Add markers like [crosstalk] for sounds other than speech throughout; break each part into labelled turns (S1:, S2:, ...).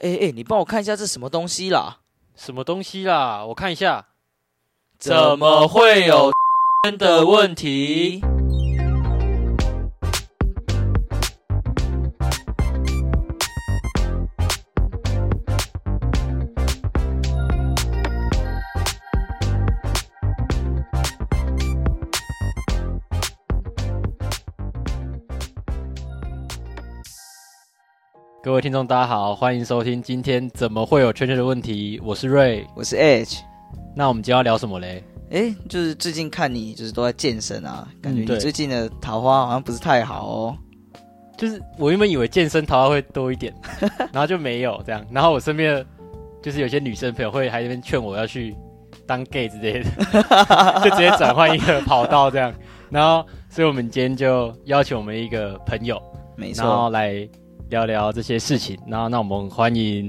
S1: 哎哎，你帮我看一下这什么东西啦？
S2: 什么东西啦？我看一下，
S1: 怎么
S2: 会
S1: 有
S2: 的问？
S1: 咦，
S2: 各位听众，大家好，欢迎收听今天怎么会有圈圈的问题？我是瑞。
S1: 我是 H。
S2: 那我们今天要聊什么嘞？
S1: 哎，就是最近看你就是都在健身啊，感觉
S2: 嗯
S1: 你
S2: 对
S1: 最近的桃花好像不是太好哦。
S2: 就是我原本以为健身桃花会多一点， [laughs] 然后就没有这样。然后我身边的就是有些女生朋友会还在那边劝我要去当 gay 之类的， [laughs] 就直接转换一个跑道这样。然后，所以我们今天就邀请我们一个朋友，
S1: 没
S2: 然后
S1: 错，
S2: 来聊聊这些事情。然后，那我们欢迎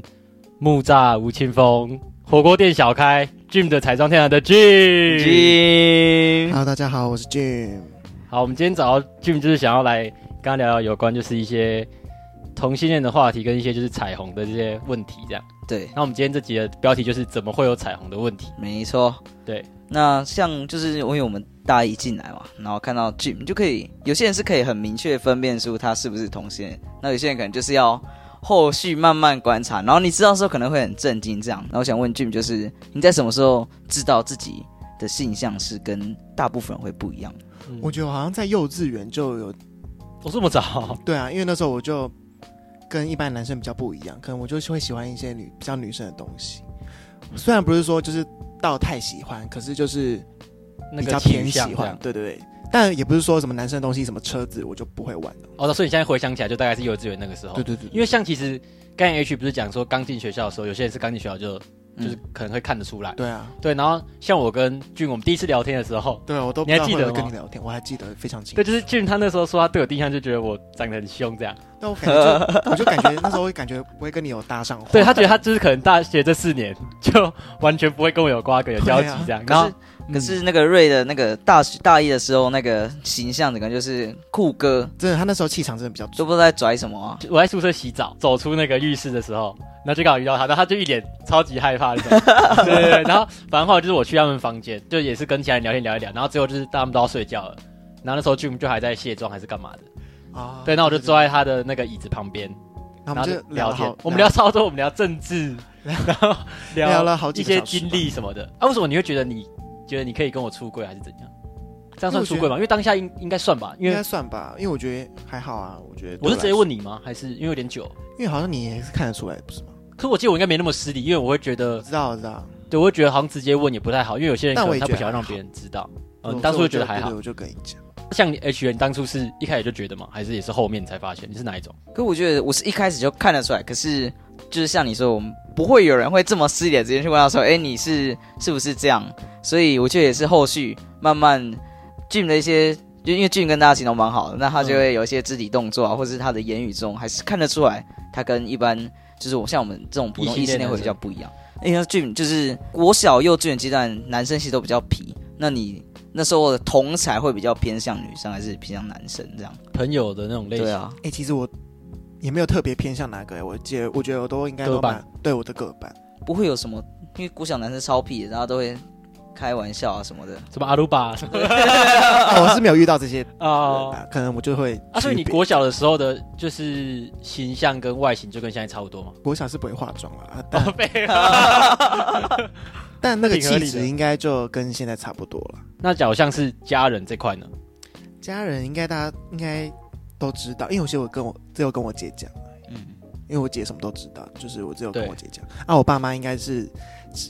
S2: 木栅吴青峰火锅店小开 Jim 的彩妆天堂的 Jim。
S1: 金
S3: Hello，大家好，我是 Jim。
S2: 好，我们今天找到 Jim 就是想要来跟他聊聊有关就是一些同性恋的话题跟一些就是彩虹的这些问题这样。
S1: 对，
S2: 那我们今天这集的标题就是怎么会有彩虹的问题？
S1: 没错，
S2: 对。
S1: 那像就是因为我们大一进来嘛，然后看到 Jim 就可以，有些人是可以很明确分辨出他是不是同性恋，那有些人可能就是要后续慢慢观察，然后你知道的时候可能会很震惊这样。然后我想问 Jim，就是你在什么时候知道自己的性向是跟大部分人会不一样？
S2: 嗯
S3: 我觉得我好像在幼稚园就有，
S2: 我这么早，
S3: 对啊，因为那时候我就跟一般男生比较不一样，可能我就是会喜欢一些女比较女生的东西。虽然不是说就是到太喜欢，可是就是
S2: 那
S3: 比
S2: 个
S3: 较
S2: 倾
S3: 偏喜
S2: 向这
S3: 欢
S2: 样，。
S3: 对对对。但也不是说什么男生的东西，什么车子我就不会玩的。
S2: 哦，所以你现在回想起来，就大概是幼稚园那个时候。
S3: 对对对，
S2: 因为像其实刚才 H 不是讲说刚进学校的时候，有些人是刚进学校就就是
S1: 嗯
S2: 可能会看得出来。
S3: 对啊，
S2: 对，然后像我跟俊，我们第一次聊天的时 [laughs] 候，
S3: 对啊，我都
S2: 你还
S3: 不知道
S2: 记得
S3: 会不会
S2: 吗
S3: 跟你聊天，我还记得非常清 [laughs]
S2: 对，
S3: 楚。
S2: 就是俊他那时候说他对我第一印象就觉得我长得很凶 [laughs] 这样，
S3: 但我感觉就我就感觉那时候会感觉不会跟你有搭上话。
S2: 对他觉得他就是可能大学这四年 [laughs] 就完全不会跟我有瓜葛有交集这样，然
S1: 可
S2: 后
S1: 是可是那个瑞的那个大学大一的时候那个形象，整个就是酷哥，
S3: 真的，他那时候气场真的比较足
S1: 都。不知道在拽什么啊。
S2: 我在宿舍洗澡，走出那个浴室的时候，然后就刚好遇到他，然后他就一脸超级害怕的 [laughs] 那种。对对对，然后反正后来就是我去他们房间，就也是跟其他人聊天聊一聊，然后最后就是他们都要睡觉了，然后那时候 Jim 就还在卸妆还是干嘛的，哦
S3: 啊
S2: 对，那我就坐在他的那个椅子旁边，然后
S3: 然后我们
S2: 就
S3: 就
S2: 聊
S3: 了
S2: 天
S3: 好，
S2: 我们聊超多，我们聊政
S3: [laughs]
S2: 治，然后
S3: 聊了好
S2: 一
S3: 几个
S2: 些
S3: 小时
S2: 经
S3: 吧
S2: 历什么的。啊，为什么你会觉得你觉得你可以跟我出柜还是怎样？这样算出柜吗？因为当下应应该算吧，因
S3: 应
S2: 为
S3: 该算吧，因为我觉得还好啊，我觉得
S2: 我是直接
S3: 对来说，
S2: 问你吗？还是因为有点久？
S3: 因为好像你也是看得出来，不是吗？
S2: 可是我记得我应该没那么失礼，因为我会觉
S3: 我
S2: 得，
S3: 知道，我知道，
S2: 对，我会觉得好像直接问也不太好，因为有些人可
S3: 但我
S2: 能
S3: 也
S2: 他不
S3: 觉得
S2: 想要让
S3: 还好
S2: 别人知道。
S3: 所
S2: 嗯，
S3: 以我
S2: 当初就觉
S3: 就
S2: 得还
S3: 对
S2: 好
S3: 对。我就跟你讲，
S2: 像你 H 你当初是一开始就觉得吗？还是也是后面你才发现？你是哪一种？
S1: 可我觉得我是一开始就看得出来，可是就是像你说，我们不会有人会这么私底的直接去问他说：“哎、你是是不是这样？”所以我觉得也是后续慢慢 Jim 的一些，就因为 Jim 跟大家形容蛮好的，那他就会有一些肢体动作啊，或是他的言语中，还是看得出来他跟一般就是我像我们这种普通异
S2: 异
S1: 性恋
S2: 性恋
S1: 会比较不一样。因为 Jim 就是国小幼稚园阶段，男生其实都比较皮，那你那时候的同才会比较偏向女生还是偏向男生这样？
S2: 朋友的那种类型？
S1: 对啊，
S3: 哎，其实我也没有特别偏向哪个，我觉得我觉得我都应该都
S2: 各半
S3: 蛮对我的各半，
S1: 不会有什么，因为国小男生超屁的，然后都会开玩笑啊什么的。
S2: 什么阿鲁巴
S3: 啊我是没有遇到这些人 [laughs]
S2: 啊？
S3: 吧，可能我就会
S2: 啊，所以你
S3: 区别
S2: 国小的时候的，就是形象跟外形就跟现在差不多
S3: [laughs]
S2: 吗？
S3: 国小是不会化妆啊，啊但
S2: 废
S3: 但那个
S2: 挺合理
S3: 气
S2: 的
S3: 质应该就跟现在差不多了。
S2: 那假如像是家人这块呢？
S3: 家人应该大家应该都知道，因为有些我跟我只有跟我姐讲。
S1: 嗯，
S3: 因为我姐什么都知道，就是我只有跟
S2: 对
S3: 我姐讲啊，我爸妈应该是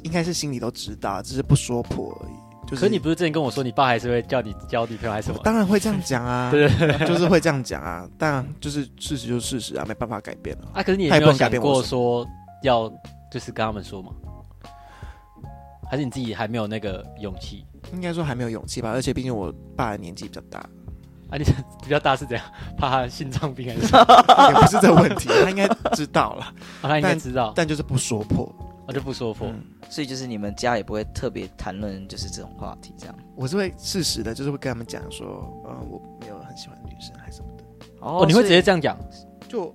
S3: 应该是心里都知道，只是不说破而已。就是
S2: 可你不是之前跟我说你爸还是会叫你交女朋友还是什
S3: 我
S2: 么？
S3: 当然会这样讲啊，
S2: [laughs] 对
S3: 就是会这样讲啊，但就是事实就是事实啊，没办法改变了。
S2: 啊，可是你也
S3: 他
S2: 没
S3: 也不
S2: 有
S3: 能改
S2: 想
S3: 变我
S2: 过说要就是跟他们说吗？还是你自己还没有那个勇气？
S3: 应该说还没有勇气吧，而且毕竟我爸的年纪比较
S2: [laughs]
S3: 大，
S2: 啊，你比较大是怎样？ [laughs] 怕他心脏病还
S3: [laughs]
S2: 是什么？
S3: 也不是这个问题，他应该知道了，
S2: 啊他应该知道，
S3: [laughs] 但就是不说破。
S2: 我就不说破。
S3: 嗯，
S1: 所以就是你们家也不会特别谈论就是这种话题这样。
S3: 我是会适时的，就是会跟他们讲说，呃嗯，我没有很喜欢女生还是什么的，
S1: 哦
S2: 哦，你会直接这样讲？
S3: 就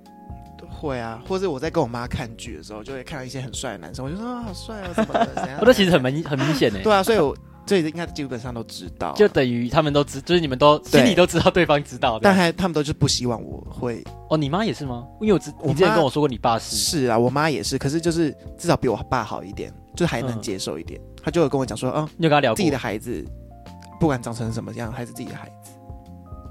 S3: 会啊，或者我在跟我妈看剧的时候，就会看到一些很帅的男生，我就说啊，好帅啊，怎么的？怎样？
S2: [laughs] 我哦这其实很明很明显呢、欸
S3: 对啊，所以我这应该基本上都知道啊，
S2: 就等于他们都知，就是你们都心里都知道对方知道
S3: 但
S2: 的。
S3: 还他们都是不希望我会
S2: 哦，你妈也是吗？因为我之
S3: 我妈
S2: 你之前跟我说过你爸是，
S3: 是啊，我妈也是，可是就是至少比我爸好一点，就还能接受一点。她就有跟我讲说，嗯，
S2: 你有跟他聊
S3: 自
S2: 过
S3: 己的孩子不管长成什么样，还是自己的孩子。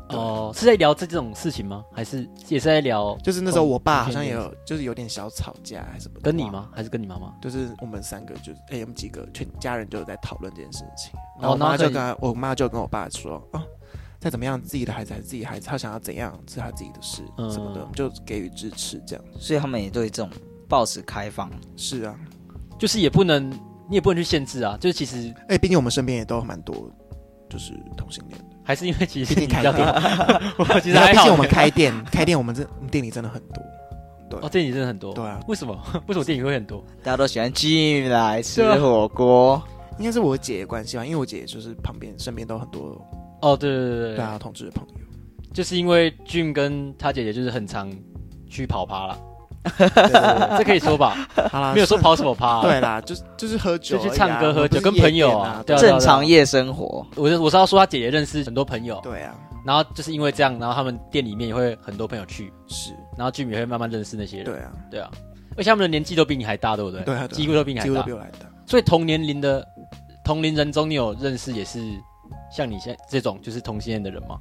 S2: 哦，是在聊这这种事情吗？还是也是在聊
S3: 就是那时候我爸
S2: 哦
S3: 好像也有，就是有点小吵架还是什么。
S2: 跟你？吗？还是跟你妈妈？
S3: 就是我们三个，就是哎、我们几个全家人就有在讨论这件事情。
S2: 哦
S3: 然后
S2: 然
S3: 我妈
S2: 后
S3: 就
S2: 所以
S3: 跟她我妈就跟我爸说，啊，再怎么样，自己的孩子还是自己的孩子，他想要怎样是他自己的事，
S2: 嗯
S3: 什么的，我们就给予支持。这样
S1: 所以他们也对这种抱持开放。
S3: 是啊，
S2: 就是也不能，你也不能去限制啊。就是其实
S3: 哎、毕竟我们身边也都蛮多，就是同性恋。
S2: 还是因为其
S3: 毕
S2: 实
S3: 竟
S2: 你 [laughs] 比
S3: 开
S2: 较多
S3: 店，， [laughs] 啊
S2: 我其实还
S3: 毕
S2: 好
S3: 竟
S2: 耶。
S3: 我们
S2: [laughs]
S3: 开店，开店我们这我们店里真的很多。
S2: 哦，电影真的很多。
S3: 对啊，
S2: 为什么？ [laughs] 为什么电影会很多？
S1: 大家都喜欢 Jim 来吃
S2: 对啊
S1: 火锅，
S3: 应该是我姐的关系吧，因为我姐就是旁边身边都很多
S2: 哦，对对对对
S3: 对啊同志的朋友。
S2: 就是因为 Jim 跟他姐姐就是很常去跑趴啦，
S3: 对对对
S2: 这可以说吧？
S3: 对好
S2: [laughs]
S3: 啦，
S2: 没有说跑什么趴、啊。
S3: 啊对，啦，就是就是喝酒而已啊，
S2: 就去唱歌喝酒
S3: 我们不是
S2: 跟朋友啊
S3: 夜店啊，
S2: [laughs] 对啊
S1: 正常夜生活。
S2: 我就我是要说他姐姐认识很多朋友，
S3: 对啊，
S2: 然后就是因为这样，然后他们店里面也会很多朋友去，
S3: 是，
S2: 然后 Jim 也会慢慢认识那些人。
S3: 对啊，
S2: 对啊，而且他们的年纪都比你还大，对不对？
S3: 对啊对啊
S2: 几乎都比你还
S3: 几乎都
S2: 大
S3: 比。我来大。
S2: 所以同年龄的同龄人中，你有认识也是像你现在这种就是同性恋的人吗？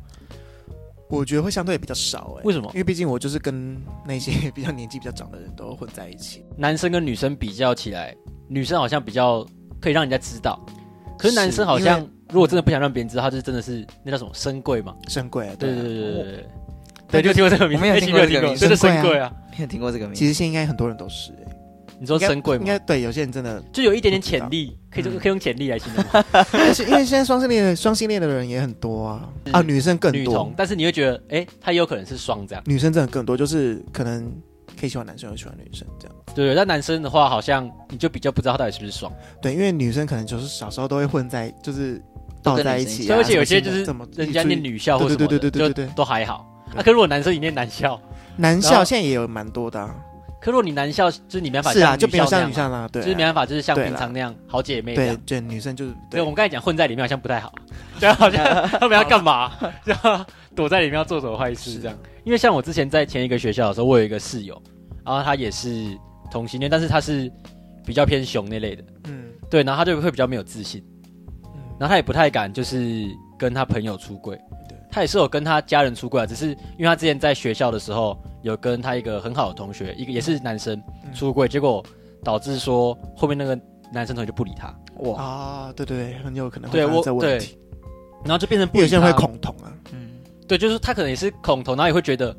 S3: 我觉得会相对比较少哎、
S2: 为什么
S3: 因？为毕竟我就是跟那些 [laughs] 比较年纪比较长的人都混在一起，
S2: 男生跟女生比较起来，女生好像比较可以让人家知道，可是男生好像
S3: 是
S2: 如果真的不想让别人知道，他就真的是那叫什么深柜嘛？
S3: 深贵啊，
S2: 对对
S3: 啊
S2: 对对对对。对，
S3: 但
S2: 就听过这个名字，
S1: 我没有
S2: 哎
S1: 听
S2: 其
S1: 过
S2: 实
S1: 这个名字
S2: 真的
S3: 深柜
S2: 深
S3: 啊
S2: 柜啊！
S1: 没有听过这个名字
S3: 其，实现在应该很多人都是哎、
S2: 你说深柜
S3: 应
S2: 吗？
S3: 该对有些人真的
S2: 就有一点点潜力，可以就
S3: 嗯
S2: 可以用潜力来形容吗
S3: 而 [laughs] 且因为现在双性恋的双性恋的人也很多啊，啊，女生更
S2: 嗯女
S3: 多
S2: 同，，但是你会觉得，哎，他也有可能是双这样。
S3: 女生真的更多，就是可能可以喜欢男生，又喜欢女生这样。
S2: 对对，但男生的话，好像你就比较不知道他到底是不是双。
S3: 对，因为女生可能就是小时候都会混在，就是抱在一起、
S1: 对
S3: 啊，
S2: 而且有些就
S3: 什
S2: 是
S3: 么
S2: 人家念，女校或
S3: 对
S2: 什
S3: 对
S2: 么
S3: 对
S2: 的，
S3: 对对对对
S2: 就
S3: 对，
S2: 都还好。
S3: 对
S2: 啊，可是如果男生你念男校，
S3: 男
S2: 然后
S3: 校现在也有蛮多的、啊，
S2: 可是如果你男校就是你没办法
S3: 是啊，就
S2: 比
S3: 没有
S2: 较
S3: 像女校啦，对
S2: 就是没
S3: 啊，
S2: 办法，就是像
S3: 对啦
S2: 平常那样好姐妹这
S3: 对
S2: 样。
S3: 对，女生就是
S2: 对，
S3: 对
S2: 我，们刚才讲混在里面好像不太
S3: [laughs]
S2: 好，对，好像他们要干嘛？就要躲在里面要做什么坏事
S3: 是
S2: 这样？因为像我之前在前一个学校的时候，我有一个室友，然后他也是同性恋，但是他是比较偏熊那类的，
S3: 嗯
S2: 对，然后他就会比较没有自信，
S3: 嗯，
S2: 然后他也不太敢就是跟他朋友出柜
S3: 对，
S2: 他也是有跟他家人出柜啊，只是因为他之前在学校的时候有跟他一个很好的同学，一个也是男生
S3: 嗯
S2: 出柜，结果导致说后面那个男生同学就不理他，
S1: 哇，
S3: 啊，对对对，很有可能会
S2: 对
S3: 发
S2: 我
S3: 生这问题，
S2: 然后就变成不
S3: 因
S2: 理
S3: 为有些人
S2: 他
S3: 会恐同啊，
S1: 嗯，
S2: 对，就是他可能也是恐同，然后也会觉得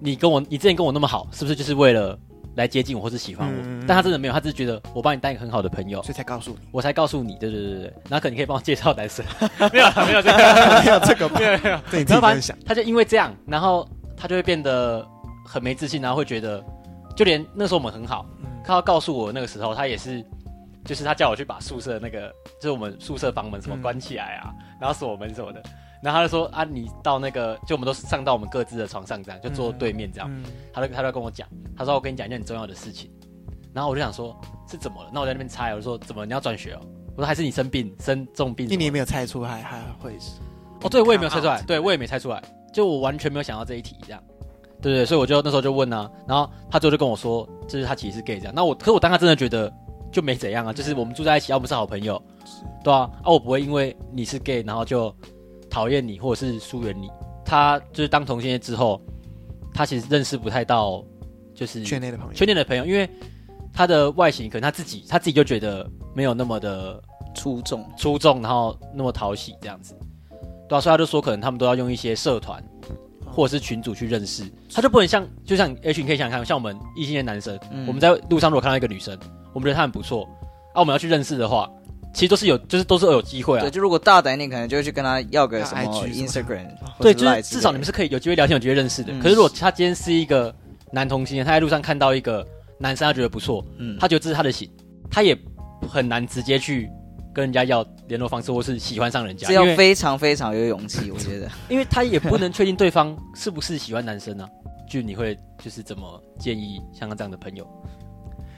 S2: 你跟我，你之前跟我那么好，是不是就是为了来接近我或是喜欢我？
S3: 嗯
S2: 但他真的没有，他只是觉得我把你当一个很好的朋友，
S3: 所以才告诉
S2: [laughs]
S3: 你，
S2: 我才告诉你，对对对对对，然后可能你可以帮我介绍 [laughs] 男生，没有啦没有 [laughs] 这
S3: 哎
S2: 个没有这个没有没有，
S3: 对你自
S2: 然
S3: 己
S2: 后反
S3: 分
S2: 正
S3: 享，
S2: 他就因为这样，然后他就会变得很没自信，然后会觉得就连那时候我们很好，
S3: 嗯
S2: 他要告诉我那个时候他也是。就是他叫我去把宿舍那个，就是我们宿舍房门什么
S3: 嗯
S2: 关起来啊，然后锁门什么的，然后他就说啊，你到那个，就我们都上到我们各自的床上这样，就坐对面这样，
S3: 嗯
S2: 他就他就跟我讲，他说我跟你讲一件很重要的事情，然后我就想说是怎么了？那我在那边猜，我就说怎么了你要转学哦？我说还是你生病生重病什
S3: 一
S2: 么
S3: 年
S2: 的？
S3: 没有猜出还还会是，
S2: 哦，对我也没有猜出来，
S3: Come out
S2: 对我也没猜出来，就我完全没有想到这一题这样。对对，所以我就那时候就问啊，然后他最后就跟我说，就是他其实是 gay 这样。那我可是我当下真的觉得就没怎样啊，就是我们住在一起，要、啊、我们是好朋友，对啊，啊我不会因为你是 gay 然后就讨厌你或者是疏远你。他就是当同性恋之后，他其实认识不太到，就是
S3: 圈内的朋友
S2: 圈内的朋友，因为他的外形可能他自己他自己就觉得没有那么的
S1: 出众，
S2: 出众，然后那么讨喜这样子，对啊，所以他就说可能他们都要用一些社团
S1: 哦
S2: 或者是群组去认识，他就不能像就像 H 你可以想想看，像我们异性恋男生，
S1: 嗯
S2: 我们在路上如果看到一个女生，我们觉得她很不错，啊，我们要去认识的话，其实都是有就是都是有机会啊
S1: 对，，就如果大胆一点，可能就会去跟他要个
S3: 要
S1: 什么
S3: IG 什么
S1: Instagram，
S2: 哦
S1: 或者
S2: 对，就
S1: Line 之
S2: 是
S1: 类的
S2: 至少你们是可以有机会聊天、有机会认识的。
S1: 嗯
S2: 可是如果他今天是一个男同性恋，他在路上看到一个男生，他觉得不错，
S1: 嗯，
S2: 他觉得这是他的型，他也很难直接去跟人家要联络方式，或是喜欢上人家，
S1: 这
S2: 因
S1: 要
S2: 为 [laughs]
S1: 非常非常有勇气，我觉得，
S2: 因为他也不能确定对方是不是喜欢男生啊。俊你会就是怎么建议像他这样的朋友？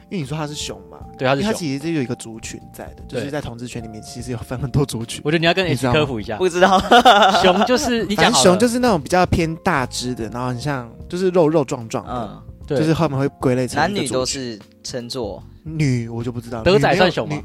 S3: 因为你说他是熊嘛，
S2: 对，他
S3: 因
S2: 是熊
S3: 为他，其实就有一个族群在的，就是
S2: 对
S3: 在同志圈里面其实有分很多族群。
S2: 我觉得你要跟
S3: 你
S2: H
S3: 知道吗
S2: 科普一下， [laughs]
S1: 不知道
S2: 熊就是你
S3: 反
S2: 讲
S3: 正熊就是是那种比较偏大只的，然后很像就是肉肉壮壮的，
S1: 嗯，
S2: 对，
S3: 就是他们会归类成
S1: 男
S3: 一个
S1: 女
S3: 族
S1: 都
S3: 群
S1: 是称作
S3: 女，我就不知道了。
S2: 德仔
S3: 女没有
S2: 算熊吗
S3: 女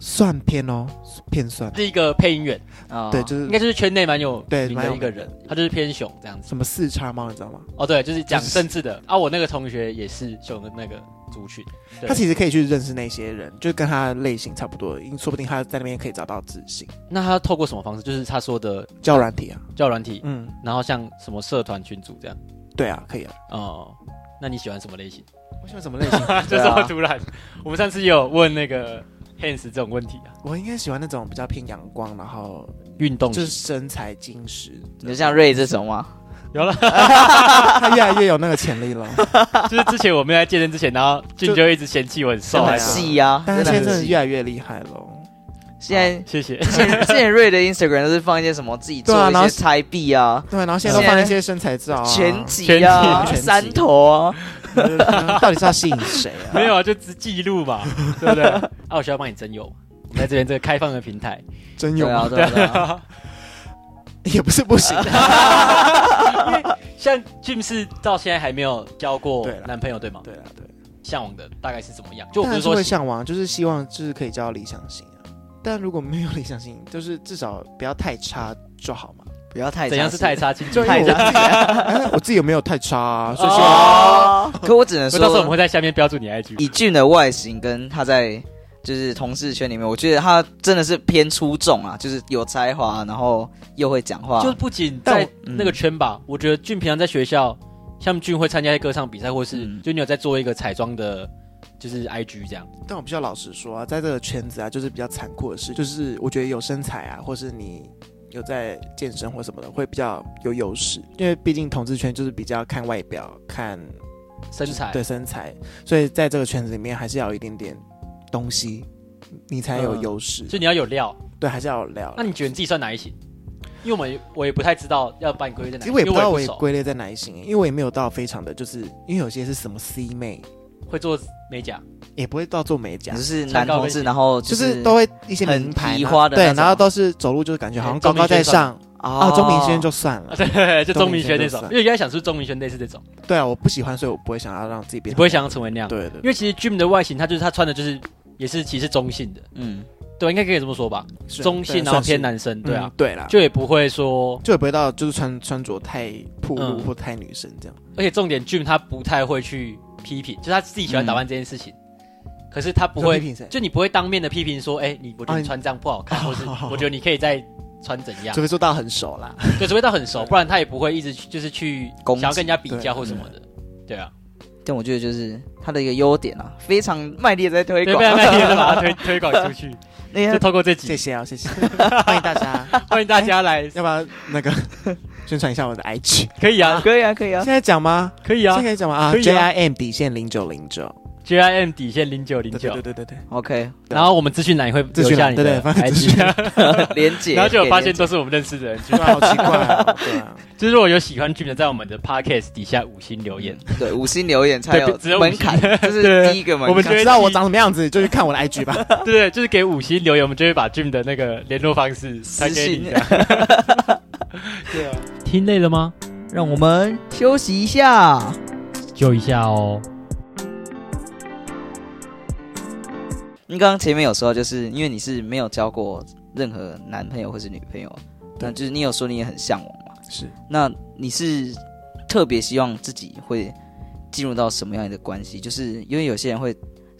S3: 算偏哦，偏算。
S2: 是一个配音员，
S1: 啊，
S3: 对，就是
S2: 应该就是圈内蛮有
S3: 对
S2: 名
S3: 蛮
S2: 的
S3: 有
S2: 一个
S3: 名的
S2: 人，他就是偏熊这样子。
S3: 什么四叉猫，你知道吗？
S2: 哦，对，就是讲
S3: 就是
S2: 政治的啊。我那个同学也是熊的那个族群，对
S3: 他其实可以去认识那些人，就跟他类型差不多的，因说不定他在那边可以找到自信。
S2: 那他透过什么方式？就是他说的
S3: 教软体啊，
S2: 教软体，
S3: 嗯，
S2: 然后像什么社团群组这样。
S3: 对啊，可以啊。
S2: 哦，那你喜欢什么类 [laughs] 型？啊
S3: 我喜欢什么类型？
S2: 就这么突然。我们上次也有问那个 Hans 这种问题啊，
S3: [laughs] 我应该喜欢那种比较偏阳光，然后
S2: 运动
S3: 就是身材精实。
S1: 你就像瑞这种
S2: [laughs]
S1: 吗？
S2: 有了，
S3: 他越来越有那个潜力了， [laughs]
S2: 就是之前我们在健身之前，然后俊
S3: 就
S2: 就一直嫌弃我很瘦
S3: 真的
S2: 还
S3: 啊
S2: 是什么，
S1: 细呀，
S3: 但他
S1: 真的
S3: 现在真
S1: 很
S3: 的
S1: 细
S3: 越。来越厉害了。
S1: 现在
S2: [laughs] 谢谢。 [laughs]
S1: 之前之前瑞的 Instagram 都是放一些什么自己做
S3: 对啊
S1: 一些
S3: 然后
S1: 拆币啊、
S3: 对，然后现在都放一些身材照啊，
S1: 拳击啊、
S3: 拳击
S1: 三头
S3: [laughs]
S1: 啊，
S3: 到底是要吸引谁 [laughs] 啊？
S2: 没有啊，就只记录 [laughs] 嘛，对不对？啊，我需要帮你征友，我们在这边这个开放的平 [laughs] 台，
S3: 真有
S1: 对啊
S3: 吗？
S1: 对啊对
S2: [laughs]
S1: 啊，
S3: 也不是不行，
S2: 像 Jim 是到现在还没有交过
S3: 对啦
S2: 男朋友，对吗？
S3: 对啊对。
S2: 向往的大概是怎么样？就我
S3: 当
S2: 不
S3: 然
S2: 是
S3: 是
S2: 说
S3: 会向往，就是希望就是可以交理想型啊。但如果没有理想型，就是至少不要太差就好嘛。
S1: 不要太
S2: 怎样是太差劲，
S3: 就因
S1: 太
S3: 为我自己，
S1: 差
S3: 哎 [laughs] 我自己有没有太差啊？所以希望
S1: 哦。可我只能
S2: 所以到时候我们
S1: 说，
S2: 会在下面标注你 IG。
S1: 以俊的外形跟他在就是同事圈里面，我觉得他真的是偏出众啊，就是有才华，然后又会讲话
S2: 就。不仅
S3: 但
S2: 在
S3: 我
S1: 嗯
S2: 那个圈吧，我觉得俊平常在学校，像俊会参加歌唱比赛，或是
S1: 嗯
S2: 就你有在做一个彩妆的，就是 IG 这样。
S3: 但我必须要老实说啊，在这个圈子啊，就是比较残酷的事，就是我觉得有身材啊，或是你有在健身或什么的，会比较有优势，因为毕竟同志圈就是比较看外表、看
S2: 身材
S3: 对身材，所以在这个圈子里面还是要有一点点东西，你才有
S2: 嗯
S3: 优势。
S2: 就你要有料。
S3: 对，还是要有料。
S2: 那你觉得你自己算哪一型？因为我们我也不太知道要把你归类在哪
S3: 其
S2: 一型，
S3: 实我也不
S2: 因
S3: 知
S2: 为
S3: 道
S2: 我
S3: 我
S2: 也
S3: 也
S2: 不熟，
S3: 归类在哪一型，因为我也没有到非常的就是，因为有些是什么 C 妹，
S2: 会做美甲， [laughs]
S3: 也不会到做美甲
S1: 就，是男同志，然后哦
S3: 就是是都会一些名牌
S1: 很移
S3: 嘛
S1: 花的那
S3: 对，
S1: 种
S3: 然后都是走路就是感觉好像
S2: 对
S3: 高高在
S2: 钟明轩算哦
S3: 上啊，钟明轩就算了，
S2: 对，就钟明轩那种
S3: 钟明轩就，算
S2: 因为原来想是钟明轩类似这种，
S3: [laughs] 对啊，我不喜欢，所以我不会想要让自己变，
S2: 你不会想要，成为那样。
S3: 对对
S2: 因，为其实 Jim 的外形，他就是他穿的就是也是其实中性的，
S1: 嗯，
S2: 对，应该可以这么说吧，
S3: 是
S2: 中性
S3: 对
S2: 然后
S3: 算是
S2: 偏男生，对啊
S3: 嗯，对啦，就
S2: 就也不会说，
S3: 就也不会到就是穿穿着太暴露
S2: 嗯
S3: 或太女生这样，
S2: 而且重点 Jim 他不太会去批评，就是他自己喜欢打扮这件事情，可是他不
S3: 嗯就批
S2: 会，
S3: 评谁，
S2: 就你不会当面的批评说，哎，你我觉得
S3: 啊
S2: 你
S3: 你
S2: 穿这样不好看，
S3: [laughs]
S2: 或是
S3: 哦
S2: 我觉得你可以再穿怎样
S3: 除，非说到很熟啦，
S2: 对，除非到很熟，不然他也不会一直去就是去
S1: 攻击
S2: 想要跟人家比较或什么的，对啊，
S1: 但我觉得就是他的一个优点啊，非常卖力地在推
S2: 对，
S1: 广
S2: 不。然那
S1: [laughs]
S2: 天就把它推 [laughs] 推广出
S3: [laughs]
S2: 去，
S1: 那
S2: 就
S1: 些
S2: 透过这
S3: 谢
S2: 集，
S3: 谢啊，
S2: [laughs]
S3: 谢谢，欢迎大家，
S2: 欢迎大家
S3: [laughs]
S2: 来，
S3: 要不要那个宣传一下我的 IG？
S2: [laughs] 可以啊，
S1: 可以啊，可以啊
S3: 现。在讲吗？
S2: 可以
S3: 现
S2: 啊
S3: 在可以讲吗？啊
S2: 可以
S3: ，J
S2: 啊
S3: I M 底线零九零九，
S2: ，G I M 底线零九零
S3: 对
S2: 九
S3: 对，对对对，
S2: [laughs]
S1: OK，
S2: 然后我们资讯栏也会
S3: 资
S2: 留
S3: 讯
S2: 下
S3: 栏
S2: 你的
S3: 对对放在资讯
S2: IG [laughs]
S1: 连姐，
S2: 然后就有发
S1: 给
S2: 现
S1: 连结
S2: 都是我们认识的人，就
S3: 对啊，好奇怪啊，对啊，
S2: 就是如果有喜欢 Jim 的，在我们的 Podcast 底下五星
S3: [laughs]
S2: 留言，
S1: 对五星留言才
S2: 对只有
S1: 门槛
S2: [laughs] 五星，
S1: 这是
S2: 对
S1: 第一个门
S2: 我们
S1: 槛。
S2: 觉得
S3: 想知道我长什么样子，就去看我的 IG 吧。
S2: 对对，就是给五星留言，我们就会把 Jim 的那个联络方式传给
S1: 私
S2: 你。
S1: 信
S2: 这样 [laughs]
S3: 对啊。
S2: 听累了吗？
S1: 让我们休息一下。
S2: 就一下哦。
S1: 你刚刚前面有说，就是因为你是没有交过任何男朋友或是女朋友，
S3: 对
S1: 但就是你有说你也很向往嘛？
S3: 是，
S1: 那你是特别希望自己会进入到什么样的关系？就是因为有些人会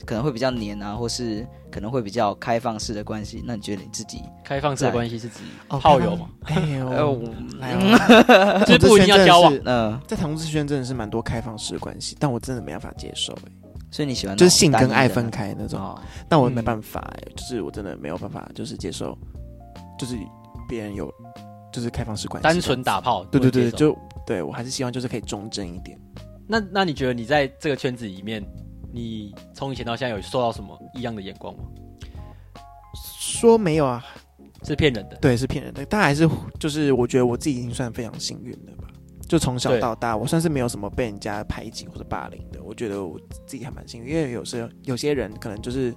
S1: 可能会比较黏啊，或是可能会比较开放式的关系。那你觉得你自己？
S2: 开放式的关系是指
S3: 哦
S2: 炮友嘛，？
S3: 开放哎
S1: 哎
S3: 呦，
S1: 我
S3: 来哦，
S2: [laughs] 就是嗯不一定要交往
S3: 同志圈真的是。 [laughs]
S1: 嗯，
S3: 在同志圈真的是蛮多开放式的关系，但我真的没办法接受，哎
S1: 所以你喜欢那
S2: 哦
S3: 就
S1: 种
S3: 是性跟
S1: 单一的
S3: 爱分开那种，
S1: 哦，
S3: 但我没办法，哎，就是我真的没有办法，就是接受，就是别人有就是开放式关系，
S2: 单纯打炮。
S3: 对对
S2: 不能接
S3: 对，
S2: 受
S3: 就对我还是希望就是可以忠贞一点。
S2: 那那你觉得你在这个圈子里面，你从以前到现在有受到什么异样的眼光吗？
S3: 说没有啊，
S2: 是骗人的，
S3: 对，是骗人的，但还是就是我觉得我自己已经算非常幸运的吧。就从小
S2: 对
S3: 到大，我算是没有什么被人家排挤或者霸凌的。我觉得我自己还蛮幸运，因为有时候有些人可能就是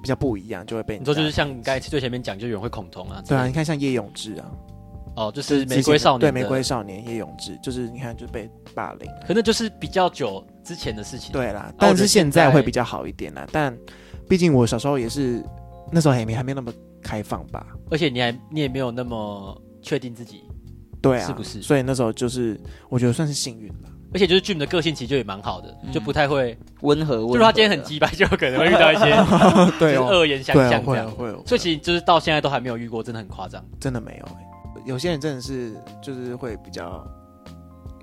S3: 比较不一样，就会被人
S2: 你
S3: 家
S2: 说就是像你刚才最前面讲，就有人会恐同啊，
S3: 对啊，你看像叶永志啊，
S2: 哦，就
S3: 就是之前
S2: 玫瑰少年，
S3: 对玫瑰，少年叶永志，就是你看就被霸凌。
S2: 可能就是比较久之前的事情。，
S3: 对啦，
S2: 嗯我
S3: 但
S2: 觉
S3: 是
S2: 得
S3: 现
S2: 现
S3: 在
S2: 在
S3: 会比较好一点啦。但毕竟我小时候也是，那时候还没还没那么开放吧？
S2: 而且你还你也没有那么确定自己，
S3: 对啊，
S2: 是不是
S3: 所以那时候就是我觉得算是幸运了。
S2: 而且就是 Jim 的个性其实就也蛮好的，
S1: 嗯
S2: 就不太会，
S1: 温和温和。
S2: 就是他今天很，鸡掰，就有可能会遇到一些
S3: [laughs]
S2: 就是
S3: 对哦，
S2: 恶言相
S3: 对哦，
S2: 向这
S3: 会
S2: 样
S3: 哦。会哦，
S2: 所以其实就是到现在都还没有遇过，真的很夸张。
S3: 真的没有、欸。有些人真的是就是会比较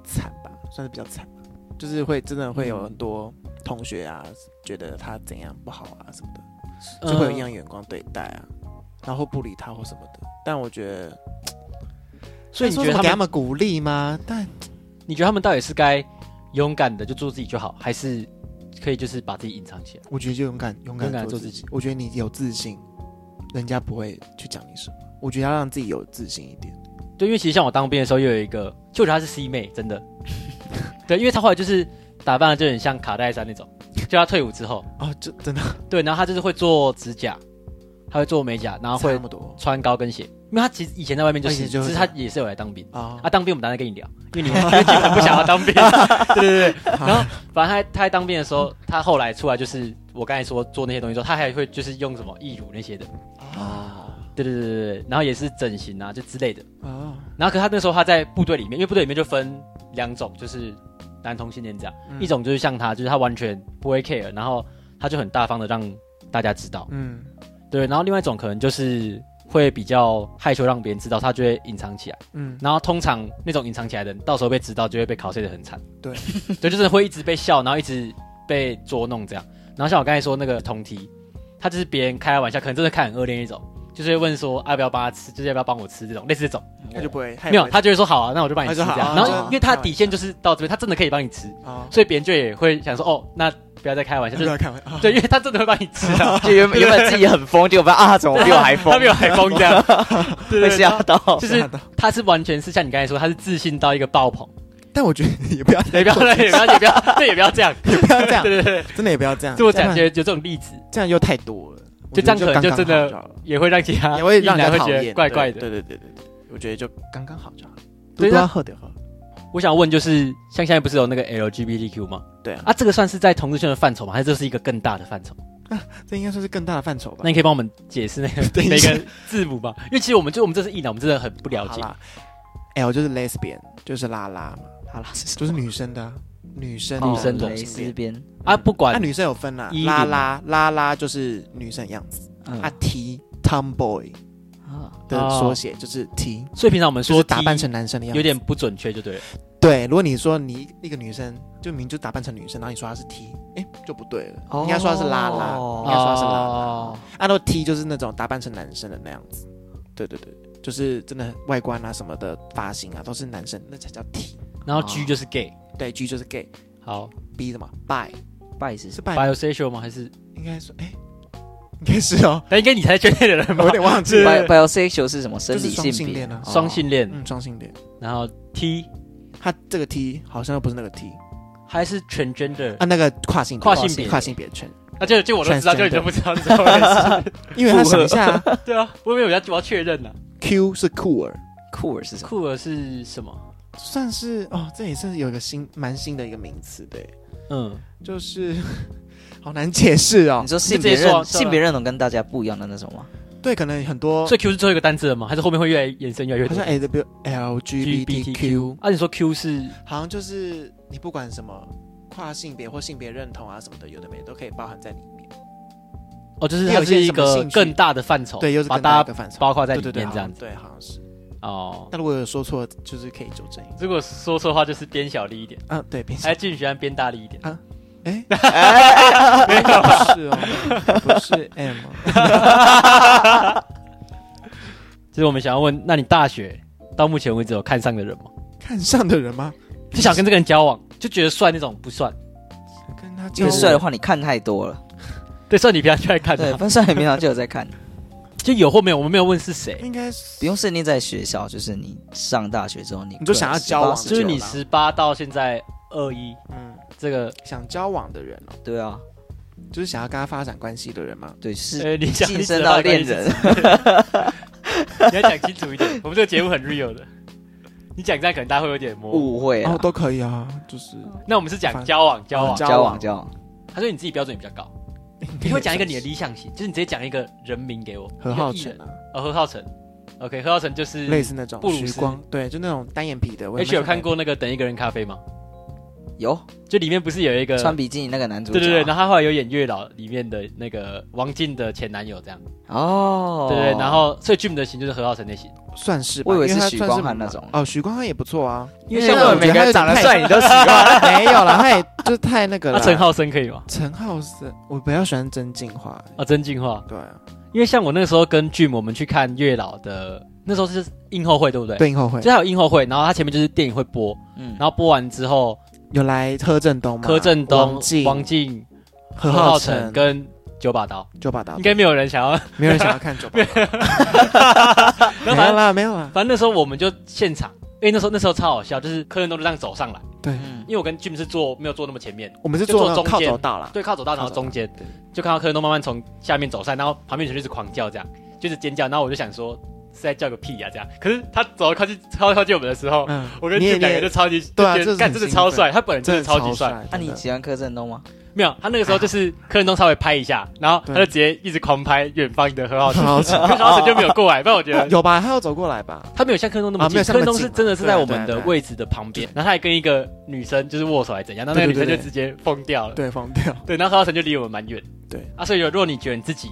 S3: 惨吧，算是比较惨吧，就是会真的会
S2: 嗯
S3: 有很多同学啊，觉得他怎样不好啊什么的。就会有异
S2: 嗯
S3: 样眼光对待啊，然后不理他或什么的。但我觉得，
S2: 所以你
S3: 说
S2: 觉得
S3: 什
S2: 他
S3: 么给
S2: 们
S3: 他们鼓励吗？但
S2: 你觉得他们到底是该勇敢的就做自己就好，还是可以就是把自己隐藏起来？
S3: 我觉得就勇敢，
S2: 勇
S3: 勇敢
S2: 敢
S3: 做
S2: 做
S3: 自
S2: 自
S3: 己
S2: 己。
S3: 我觉得你有自信，人家不会去讲你什么。我觉得要让自己有自信一点。
S2: 对，因为其实像我当兵的时候，又有一个，就我觉得她是 C 妹，真的。 [laughs] 对，因为她后来就是打扮的就很像卡戴珊那种，就她退伍之后，
S3: 哦，这真的
S2: 对，然后她就是会做指甲，她会做美甲，然后
S3: 差
S2: 会
S3: 那么多
S2: 穿高跟鞋，因为她其实以前在外面就
S3: 她以
S2: 是，
S3: 前就
S2: 只
S3: 会
S2: 是她也是有来当兵。
S3: 啊
S2: 啊，！当兵我们等下再跟你聊，因为你们因为基本不想要当兵，对对对。然后反正他他在当兵的时候，他后来出来就是我刚才说做那些东西之后，他还会就是用什么义乳那些的，
S3: 啊
S2: 对对对对对。然后也是整形啊，就之类的。
S3: 啊！
S2: 然后可他那时候他在部队里面，因为部队里面就分两种，就是男同性恋这样，
S3: 嗯
S2: 一种就是像他，就是他完全不会 care，然后他就很大方的让大家知道，
S3: 嗯，
S2: 对。然后另外一种可能就是会比较害羞让别人知道，他就会隐藏起来。
S3: 嗯，
S2: 然后通常那种隐藏起来的人，到时候被知道就会被考碎的很惨。
S3: 对，
S2: [laughs] 对，就是会一直被笑，然后一直被捉弄这样。然后像我刚才说那个同题，他就是别人开玩笑，可能真的开很恶劣那种，就是会问说啊要不要帮他吃，就是要不要帮我吃这种，类似这种。
S3: 他就不会，
S2: 没有，他就会说好啊，那我就帮你
S3: 他
S2: 吃
S3: 就
S2: 这样。
S3: 好啊
S2: 然后
S3: 就好
S2: 因为他的底线就是到这边，他真的可以帮你吃，
S3: 啊，
S2: 所以别人就也会想说哦，那不要再开玩笑，
S3: 就
S2: 就是是
S3: 开玩笑。
S2: [laughs] 对，因为他真的会帮你吃
S3: [laughs]
S2: 啊，
S1: 就原本原本自己很疯，结果发现啊，怎么比我还疯
S2: 他比？我还疯这
S3: [laughs]
S2: 样，对
S1: [laughs] 被
S2: 对对，
S1: 吓到
S2: 就。
S3: 吓
S2: 是
S3: 到
S2: 他是完全是像你刚才说，他是自信到一个爆棚。
S3: 但我觉得也不要，
S2: 也不要，也不要，也不要， [laughs] 对，也不要这样，
S3: 也不要这
S2: [laughs]
S3: 样，
S2: 对对对，
S3: [laughs] 真的也不要这样。
S2: 就我
S3: 这
S2: 讲，
S3: 样
S2: 觉得有这种例子，
S3: 这样又太多了，我
S2: 就
S3: 觉得
S2: 这样可能就
S3: 刚刚
S2: 真的
S3: 好就好了
S2: 也会让其他
S3: [laughs] 也会让
S2: 人
S3: 人
S2: 会
S3: 讨
S2: 觉
S3: 厌，
S2: 得怪怪的。
S3: 对对对对对，我觉得就刚刚好就好，都
S2: 对
S3: 不
S2: 那
S3: 要喝点喝。
S2: 我想问，就是像现在不是有那个 LGBTQ 吗？
S3: 对啊，
S2: 啊，这个算是在同志圈的范畴吗？还是这是一个更大的范畴？
S3: 这应该算是更大的范畴吧
S2: 那。你可以帮我们解释那个
S3: [laughs] 等一
S2: 每
S3: 下
S2: 个字母吗？因为其实我们就我们这是异男，我们真的很不了解
S3: 好。啦 L 就是 lesbian，就是拉拉嘛，
S1: 好啦，
S3: 就是是女生的啊，女生
S2: 哦女生的
S1: 哦蕾丝边，
S2: 啊，不
S3: 那
S2: 管
S3: 女生有分啦，
S2: 啊一零
S3: 拉拉拉拉就是女生样子，
S1: 嗯
S3: 啊 T tomboy
S1: 啊
S3: 的缩写就是 T，
S2: 所以平常我们
S3: 就
S2: 哦呃说
S3: 是打
S2: T
S3: 扮成男生的样子，
S2: 有点不准确，就对了。
S3: 对。如果你说你一个女生就明就打扮成女生，然后你说她是 T，哎就不对了，应该说她是拉拉，
S1: 哦
S3: 应该说她是拉拉。
S2: 哦
S3: 按照 T 就是那种打扮成男生的那样子，对对对，就是真的外观啊什么的发型啊都是男生，那才叫 T。
S2: 然后 G 就是 gay，
S3: 对，G 就是 gay，B
S2: 好
S3: 什么 bi
S1: 拜是
S3: 是 bi，吗
S2: ，bisexual 吗？还是？
S3: 应该是哎，应该是哦，
S2: 那应该你才是圈内的人
S3: 我
S2: 吧
S3: 有？点忘记
S1: bi
S3: 了，
S1: bisexual 是什么？生
S3: 就
S1: 理
S3: 是双
S1: 别
S3: 恋啊，
S1: 哦
S2: 双性恋，
S3: 嗯，双性恋。
S2: 然后 T
S3: 他这个 T 好像又不是那个 T
S2: 还是 transgender，
S3: 啊，那个跨性别
S2: 跨性别
S3: 跨性别圈，
S2: 啊，这这我都知道，
S3: transgender
S2: 就你都不知道，你知道 [laughs] 吗？
S3: 因为他想
S2: [laughs]
S3: 一下啊
S2: 对啊，我以为我要我要确认呢。啊
S3: ，Q 是酷儿，
S1: 酷儿是什么？
S2: 酷儿是什么？
S3: 算是哦，这也是有一个新蛮新的一个名词对，
S2: 嗯，
S3: 就是 [laughs] 好难解释哦
S1: 你。说性别
S2: 就直接说
S1: 认
S2: 啊算了
S1: 性别认同跟大家不一样的那种吗？
S3: 对，可能很多
S2: 所以 Q 是最后一个单字了吗？还是后面会越来越延伸越来越
S3: 好
S2: 多
S3: 像 A W L G B T Q，
S2: 啊，你说 Q 是
S3: 好像就是你不管什么跨性别或性别认同啊什么的，有的没的都可以包含在里面。
S2: 哦，就是
S3: 你有
S2: 它
S3: 些
S2: 是一
S3: 什么
S2: 个
S3: 兴趣
S2: 更大的范畴，
S3: 对，又是
S2: 把
S3: 更大
S2: 大
S3: 的
S2: 家
S3: 一个范畴，
S2: 包括在
S3: 对
S2: 里
S3: 对对，
S2: 面
S3: 好
S2: 这样
S3: 像
S2: 子。
S3: 对，好像是。
S2: 哦，
S3: 那如果有说错，就是可以纠正一下。
S2: 如果说错的话，就是边小力一点，
S3: 啊，对，平时
S2: 哎，进学院边大力一 [laughs] 点。
S3: 哎，
S1: 哎
S3: 没有，不是哦，不是 M 哦。
S2: 就是我们想要问，那你大学到目前为止有看上的人吗？
S3: 看上的人吗？
S2: 就想跟这个人交往，就觉得帅那种不算，
S3: 跟他
S1: 因
S3: 交
S1: 为帅的
S3: 往，
S1: 话，你看太多了。
S2: 对，算你平常就爱看啊
S1: 对，
S2: 的。
S1: 但帅你平常就有在看。
S2: 就有或没有，我们没有问是谁，
S3: 应该是
S1: 不用设定在学校，就是你上大学之后你，
S3: 你就想要交往
S2: 就是你
S3: 19啦
S2: 十八到现在二一
S3: 嗯
S2: 这个，
S3: 想交往的人哦，
S1: 对啊，
S3: 就是想要跟他发展关系的人嘛。
S1: 对，是
S2: 呃，你想
S1: 晋升到恋人，，
S2: 你要讲清 [laughs] 楚一点，我们这个节目很 real 的，你讲这样可能大家会有点模糊。
S1: 误会啊
S3: 哦，，都可以啊，就是
S2: 那我们是讲交往，交往
S3: 交，
S1: 交
S3: 往
S1: 往交往，
S2: 他说你自己标准也比较高，你会讲一个你的理想型，就是你直接讲一个人名给我，
S3: 何浩晨
S2: 一个艺人，
S3: 啊，
S2: 哦，何浩晨，OK，何浩晨就是
S3: 类似那种
S2: 布鲁斯
S3: 徐光，对，就那种单眼皮的。我也
S2: H 有
S3: 蛮想
S2: 看过那个《等一个人咖啡》吗？
S1: 有
S2: 就里面不是有一个
S1: 穿比基尼那个男主角，
S2: 对对对，然后他后来有演《月老》里面的那个王静的前男友这样，
S1: 哦，
S2: 对对，然后所以 Jim 的型就是何浩晨的型，
S3: 看，算是吧，
S1: 我以为是
S3: 因他
S1: 许
S3: 算是
S1: 光汉那种
S3: 哦，许光汉也不错啊，
S2: 因为
S3: 因
S2: 像
S3: 为
S2: 我
S3: 们每
S2: 们
S3: 个人长得帅 [laughs]
S1: 你都喜欢，
S3: 没有了，他也就是太那个
S2: 那
S3: 了。
S2: 啊陈浩生可以吗？
S3: 陈浩是，我比较喜欢真进化，
S2: 啊，真进化，
S3: 对啊，
S2: 因为像我那时候跟 Jim 我们去看《月老》的，那时候是映后会对不对？，
S3: 对应后会
S2: 就还有映后会，然后他前面就是电影会播，
S1: 嗯，
S2: 然后播完之后，
S3: 有来柯震东吗？
S2: 柯震东
S3: 王、静、
S2: 王静、
S3: 何
S2: 何
S3: 浩
S2: 浩
S3: 晨
S2: 晨跟九把刀，
S3: 九把刀
S2: 应，该没有人想要，
S3: 没有人想要看九
S2: [laughs]
S3: 把刀，
S2: 然后
S3: 没
S2: 反
S3: 有
S2: 正
S3: 啦，没有啦，
S2: 反正那时候我们就现场，因为那时候那时候超好笑，就是柯震东就这样走上来，
S3: 对，
S1: 嗯
S2: 因为我跟 Jim 是坐没有坐那么前面。
S3: 我们是
S2: 就坐
S3: 坐那种
S2: 中
S3: 靠
S2: 间
S3: 走道啦，
S2: 对，靠走道，然后中间就看到柯震东慢慢从下面走上来，然后旁边人就是狂叫这样，就是尖叫，然后我就想说是在叫个屁呀、啊这样，可是他走到靠近超靠近我们的时候，
S3: 嗯，
S2: 我跟
S3: 你
S2: Jim
S3: 也
S2: 两个
S3: 你
S2: 就
S3: 也
S2: 超级
S3: 对啊
S2: 就觉
S3: 这
S2: 得
S3: 是
S2: 干
S3: 很
S2: 真的
S3: 兴
S2: 超
S3: 奋
S2: 帅，他本人真的
S3: 真的
S2: 超
S3: 超
S2: 级帅，
S1: 那
S3: 真
S1: 你
S3: 的
S1: 喜欢柯震东吗？
S2: 没有，他那个
S3: [laughs]
S2: 时候就是柯震东稍微拍一下，然后他就
S3: 对
S2: 直接一直狂拍远方的何浩
S3: [laughs]
S2: 晨
S3: 很，好
S2: 可是何浩晨就没有过来，不然我觉得
S3: [laughs] 有吧？他要走过来吧？
S2: 他没有像柯震东那么
S3: 啊没
S2: 近，柯
S3: 有像
S2: 震
S3: 那么
S2: 东是
S3: 近啊
S2: 真的是在我们
S3: 对啊对
S2: 的
S3: 啊对啊
S2: 位置的旁边，然后他还跟一个女生就是握手还怎样，然后那个
S3: 对
S2: 女
S3: 对
S2: 生就
S3: 对
S2: 直接疯掉了。
S3: 对，放掉。
S2: 对，然后何浩晨就离我们蛮远。
S3: 对
S2: 啊，所以如果你觉得你自己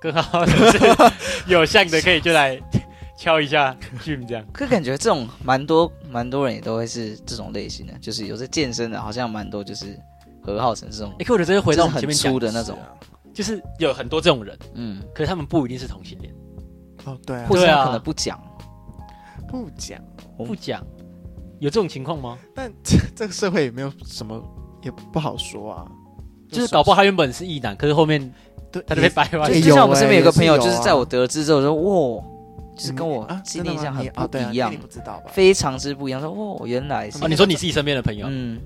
S2: 跟
S1: [laughs]
S2: 何浩晨是有像的，可以就来敲一下 Jim 这样。
S1: 可感觉这种蛮多蛮多人也都会是这种类型的，就是有在健身的，好像蛮多就是何浩晨这种
S2: 哎，，可我觉得这就回到我们前面
S1: 就是很
S2: 讲啊
S1: 粗的那种，
S3: 啊
S2: 就是有很多这种人，
S1: 嗯，
S2: 可是他们不一定是同性恋，
S3: 哦，对啊
S1: 或，者
S2: 对啊
S1: 他可能不讲，
S3: 不讲，
S1: 嗯
S2: 不讲。有这种情况吗？
S3: 但这这个社会也没有什么，也不好说啊。
S2: 就是搞不好他原本是异男，可是后面
S3: 对，
S2: 他就
S3: 也
S2: 被掰
S1: 就
S2: 弯
S3: 也。
S1: 就像我们
S3: 有欸
S1: 身边有个朋友，
S3: 也是
S1: 就
S3: 有啊
S1: 是在我得知之后说，哇，就是跟我
S3: 嗯啊
S1: 心
S3: 真
S1: 理
S3: 的吗
S1: 上很
S3: 你哦
S1: 不
S3: 对啊
S1: 一
S3: 因为
S1: 样
S3: 你，不知道吧？
S1: 非常之不一样。说哇，原来是
S2: 哦，你说你自己身边的朋友，
S1: 嗯，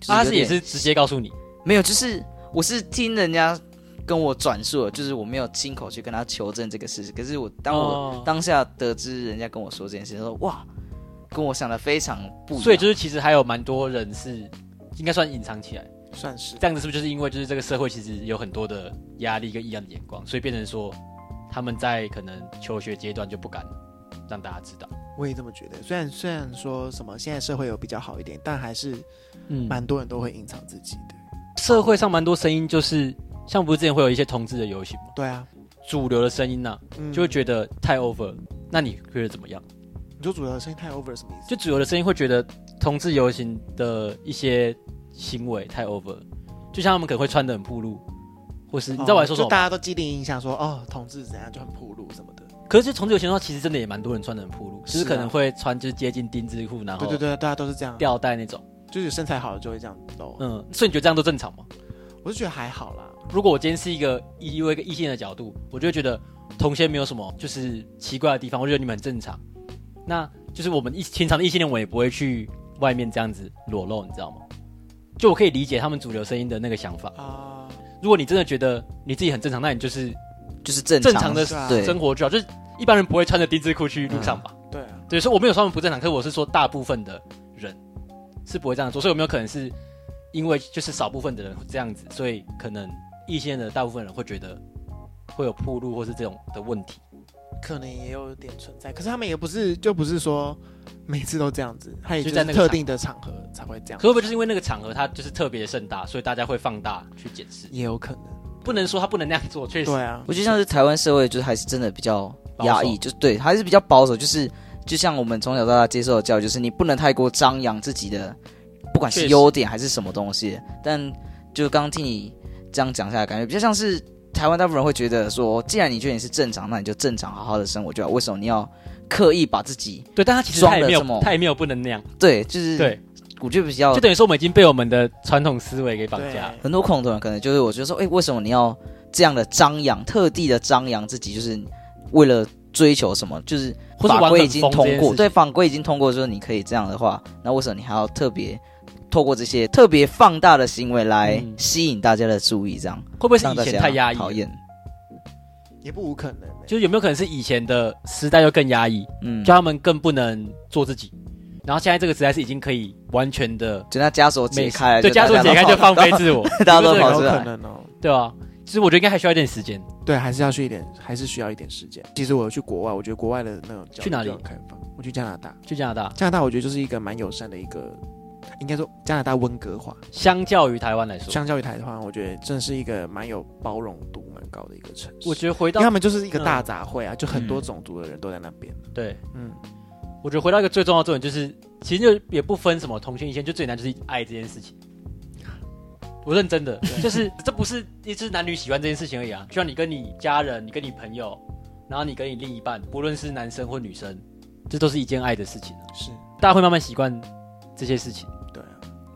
S1: 就
S2: 啊他是
S1: 有
S2: 也
S1: 点
S2: 是直接告诉你，
S1: 没有，就是我是听人家跟我转述的，就是我没有亲口去跟他求证这个事实。可是我当我、
S2: 哦
S1: 当下得知人家跟我说这件事，说哇，跟我想啊的非常不一样。
S2: 所以就是其实还有蛮多人是应该算隐藏起来。
S3: 算是
S2: 这样子是不是就是因为就是这个社会其实有很多的压力跟异样的眼光，所以变成说他们在可能求学阶段就不敢让大家知道。
S3: 我也这么觉得。虽然虽然说什么现在社会有比较好一点，但还是
S2: 嗯
S3: 蛮多人都会隐藏自己的。
S2: 社会上蛮多声音就是像不是之前会有一些同志的游行嘛，
S3: 对啊，
S2: 主流的声音呐、
S3: 嗯
S2: 就会觉得太 over 了。那你觉得怎么样？
S3: 你说主流的声音太 over 是什么意思？
S2: 就主流的声音会觉得同志游行的一些行为太 over，了就像他们可能会穿的很暴露，或是你知道我在说什
S3: 哦
S2: 么
S3: 就大
S2: 吗？
S3: 家都既定印象说哦，同志怎样就很铺路什么的。
S2: 可是就同志游行的话，其实真的也蛮多人穿的很暴露，就是
S3: 是啊
S2: 可能会穿就是接近丁字裤，然后
S3: 对对对，大家都是这样，啊
S2: 吊带那种。
S3: 就是身材好的就会这样露。
S2: 嗯，所以你觉得这样都正常吗？
S3: 我是觉得还好啦，
S2: 如果我今天是一个以一为一个异性的角度，我就会觉得同性没有什么就是奇怪的地方，我觉得你们很正常。那就是我们一平常的异性恋，我也不会去外面这样子裸露，你知道吗？就我可以理解他们主流声音的那个想法。
S3: 啊、
S2: 如果你真的觉得你自己很正常，那你就是
S1: 就是正
S2: 正常的
S3: 是啊
S1: 对
S2: 生活就好，就是一般人不会穿着丁字裤去路上吧。
S3: 对啊，
S2: 对，所以我没有说他们不正常，可是我是说大部分的人是不会这样做，所以有没有可能是因为就是少部分的人会这样子，所以可能异性的大部分人会觉得会有铺路或是这种的问题。
S3: 可能也有点存在，可是他们也不是，就不是说每次都这样子，他也
S2: 就
S3: 就
S2: 在
S3: 是
S2: 那个
S3: 特定的场合才会这样
S2: 可，会不会就是因为那个场合它就是特别盛大，所以大家会放大去解释？
S3: 也有可能。
S2: 不能说他不能那样做，确实
S3: 对啊，
S1: 我觉得像是台湾社会，就是还是真的比较
S2: 保守
S1: 压抑，就是对，还是比较保守，就是就像我们从小到大接受的教育，就是你不能太过张扬自己的，不管
S2: 确
S1: 是
S2: 实
S1: 优点还是什么东西。但就刚听你这样讲下来，感觉比较像是台湾大部分人会觉得说，既然你觉得你是正常，那你就正常好好的生活就好，为什么你要刻意把自己
S2: 对，但他其实
S1: 装
S2: 他也
S1: 得
S2: 没有
S1: 这么
S2: 他也没有不能那样，
S1: 对，就是哦
S2: 对，，
S1: 我觉得比较
S2: 就等于说我们已经被我们的传统思维给绑
S3: 对
S2: 架
S3: 啊
S2: 了。，
S1: 很多恐同人可能就是我觉得说，哎、为什么你要这样的张扬，特地的张扬自己，就是为了追求什么，就是
S2: 或是
S1: 法
S2: 玩
S1: 规
S2: 很
S1: 已经
S2: 疯这
S1: 通
S2: 件
S1: 过，
S2: 事
S1: 对，
S2: 情
S1: 法规已经通过说你可以这样的话，那为什么你还要特别透过这些特别放大的行为来
S2: 嗯
S1: 吸引大家的注意？这样
S2: 会不会是
S1: 让
S2: 以
S1: 大
S2: 前
S1: 家
S2: 太压抑了？
S1: 讨厌。
S3: 也不无可能、欸。
S2: 就是有没有可能是以前的时代又更压抑，
S1: 嗯，
S2: 就他们更不能做自己，然后现在这个时代是已经可以完全的
S1: 就那枷锁
S2: 美
S1: 解开了，
S2: 对，
S1: 哎就大
S2: 枷锁
S1: 家
S2: 解开
S1: 都
S2: 就放飞自我， [laughs]
S1: 大家都
S2: 对
S1: 跑
S3: 有
S1: 出
S3: 可
S1: 来。
S3: 能哦。
S2: 对啊，其实我觉得应该还需要一点时间。
S3: 对，还是要去一点，还是需要一点时间。其实我有去国外，我觉得国外的那种教育
S2: 去哪里
S3: 就很开放？我去加拿大，
S2: 去加拿大，
S3: 加拿大我觉得就是一个蛮友善的一个，应该说加拿大温哥华，
S2: 相较于台湾来说，
S3: 相较于台湾，我觉得真的是一个蛮有包容度蛮高的一个城市。
S2: 我觉得回
S3: 因
S2: 到
S3: 为他们就是一个大杂烩啊，就很多种族的人都在那边。
S2: 对，
S3: 嗯，
S2: 我觉得回到一个最重要的重点就是，其实就也不分什么同性异性，就最难就是爱这件事情。我认真的，就是这不是一是男女喜欢这件事情而已啊，就像你跟你家人、你跟你朋友，然后你跟你另一半，不论是男生或女生，这都是一件爱的事情啊、
S3: 是
S2: 大家会慢慢习惯这些事情。
S3: 对啊，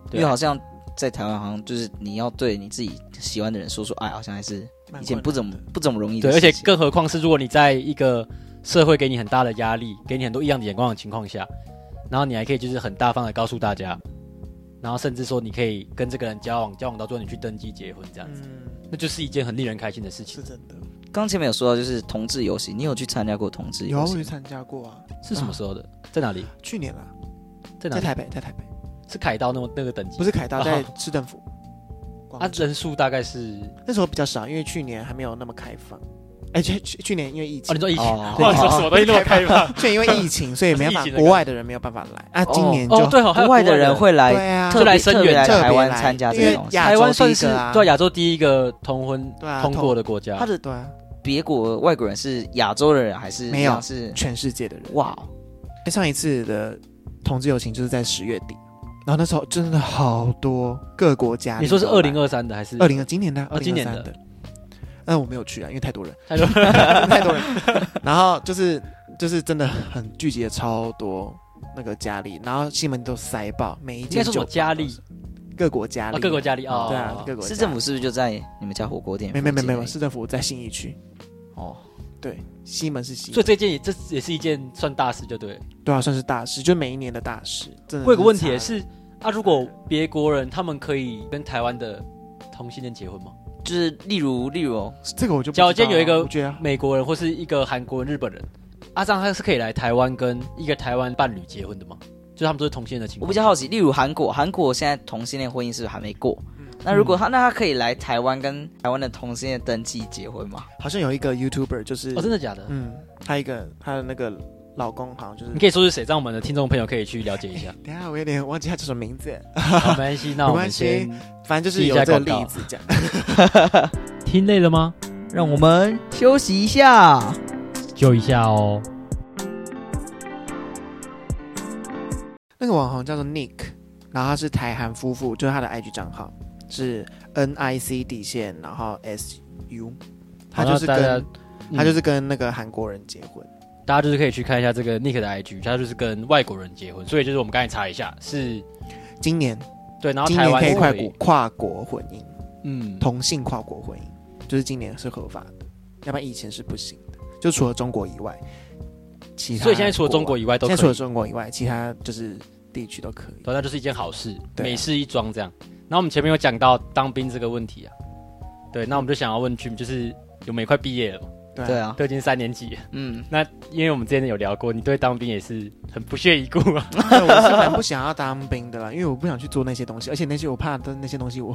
S1: 因
S2: 对
S1: 为
S2: 啊
S1: 好像在台湾，好像就是你要对你自己喜欢的人说出哎爱，好像还是
S3: 蛮
S1: 以前
S3: 困
S1: 不怎
S3: 难
S1: 么
S3: 的
S1: 不怎么容易的
S2: 对，而且
S1: 事情
S2: 更何况是如果你在一个社会给你很大的压力、给你很多异样的眼光的情况下，然后你还可以就是很大方的告诉大家，然后甚至说你可以跟这个人交往，交往到最后你去登记结婚这样子，
S3: 嗯，
S2: 那就是一件很令人开心的事情
S3: 是。真的。
S1: 刚前面有说到，就是同志游戏，你有去参加过同志
S3: 有啊，
S1: 游
S3: 我有
S1: 戏？
S3: 参加过啊，
S2: 是什么时候的？在哪里？
S3: 去年啦，
S2: 在哪
S3: 在
S2: 里？
S3: 台北，在台北，
S2: 是凯道那么那个等级？
S3: 不是凯大，
S2: 啊
S3: 在市政府。
S2: 啊
S3: 广，场
S2: 人数大概是
S3: 那时候比较少，因为去年还没有那么开放。哎，去去去年因为疫
S2: 哦，
S3: 情 [laughs] 啊
S2: 你，说一起， [laughs]
S1: 哦
S2: 哇，你说什么东西那么开放？
S3: 去年因为疫情，所以没办
S2: 疫情
S3: 法，
S2: 那个
S3: 国外的人没有办法来啊。今年
S2: 哦，
S3: 就
S2: 对哦，还有
S1: 国外的人会来，
S3: 对啊，
S1: 特
S2: 就
S1: 别
S2: 来声
S1: 特别
S2: 援
S1: 来
S3: 特别
S1: 台湾
S3: 来
S1: 参加
S3: 因
S1: 这
S3: 为
S1: 个东西。
S3: 亚
S2: 台湾
S3: 洲第
S2: 算
S3: 一
S2: 是
S3: 个啊
S2: 对亚洲第一个同婚
S3: 对啊，
S2: 通过的国家
S1: 他。的
S3: 对啊，
S1: 别国外国人是亚洲的人还是
S3: 没有
S1: 是
S3: 全世界的人。
S1: 哇哦，
S3: 上一次的同志友情就是在十月底，然后那时候真的好多各国家，
S2: 你说是二零
S3: 二
S2: 二三的还是
S3: 二零二今年的啊，
S2: 哦今年的
S3: 2023的。嗯，我没有去啊，因为太多人，
S2: 太多
S3: [laughs] 太多人。然后就是就是真的很聚集了超多那个家里，然后新闻都塞爆，每一
S2: 应该
S3: 件
S2: 说什么
S3: 就
S2: 佳丽
S3: 各国家
S2: 啊，
S3: 里，
S2: 各国家里啊，
S3: 对啊，各国
S1: 市政
S3: 家
S1: 府是不是就在你们家火锅店附
S3: 没
S1: 近
S3: 没
S1: 而已？
S3: 没没有，市政府在信义区，
S1: 哦，
S3: 对，西门是西
S2: 所以
S3: 门，
S2: 这件也这也是一件算大事，就对了。
S3: 对啊，算是大事，就每一年的大事。真的
S2: 我有个问题
S3: 差
S2: 也是啊，如果别国人他们可以跟台湾的同性恋结婚吗？
S1: 就是例如例如哦
S3: 这个我就不
S2: 假如
S3: 知
S2: 今
S3: 道
S2: 天有一个
S3: 我觉得啊
S2: 美国人或是一个韩国人、日本人，啊，这样他是可以来台湾跟一个台湾伴侣结婚的吗？就他们都是同性恋的情
S1: 我
S2: 况。
S1: 比较好奇，例如韩国，韩国现在同性恋婚姻是不是还没过？
S2: 嗯
S1: 那如果他那他可以来台湾跟台湾的同性恋登记结婚吗？
S3: 好像有一个 YouTuber 就是
S2: 哦，真的假的？
S3: 嗯，她一个她的那个老公好像就是
S2: 你，可以说是谁，让我们的听众朋友可以去了解一下。
S3: 等一下我有点忘记她叫什么名字，
S2: 好，没关系，那我们
S3: 没关系
S2: 先
S3: 反正就是
S2: 记一
S3: 有
S2: 下
S3: 这个
S2: 广告
S3: 例子这样。
S2: 听累了吗？
S1: 让我们休息一下。
S2: 就一下哦。
S3: 那个网红叫做 Nick，然后他是台韩夫妇，就是他的 IG 账号是 N I C 底线，然后 S U，他就
S2: 哦好那
S3: 是
S2: 大
S3: 跟
S2: 家嗯
S3: 他就是是跟那个韩国人结婚，
S2: 大家就是可以去看一下这个 Nick 的 IG，他就是跟外国人结婚，所以就是我们刚才查一下是
S3: 今年
S2: 对，然后
S3: 今
S2: 台
S3: 年
S2: 湾
S3: 可以
S2: 是
S3: 跨国跨国婚姻，
S2: 嗯，
S3: 同性跨国婚姻，就是今年是合法的，要不然以前是不行的，就除了中国以外，其他
S2: 所以现在除了中
S3: 国
S2: 国
S3: 外，
S2: 以外都可
S3: 现在除了
S2: 以，
S3: 中国以外，其他就是地区都可以。
S2: 对，那就是一件好事，
S3: 对啊
S2: 美事一桩这样。然后我们前面有讲到当兵这个问题啊，对，那我们就想要问 Jim，就是我们也快毕业了嘛，
S3: 对啊 [laughs]
S1: 对啊，
S2: 都已经三年级了，
S1: 嗯，
S2: 那因为我们之前有聊过，你对当兵也是很不屑一顾啊， [laughs]
S3: 对我是蛮不想要当兵的啦，因为我不想去做那些东西，而且那些我怕的那些东西我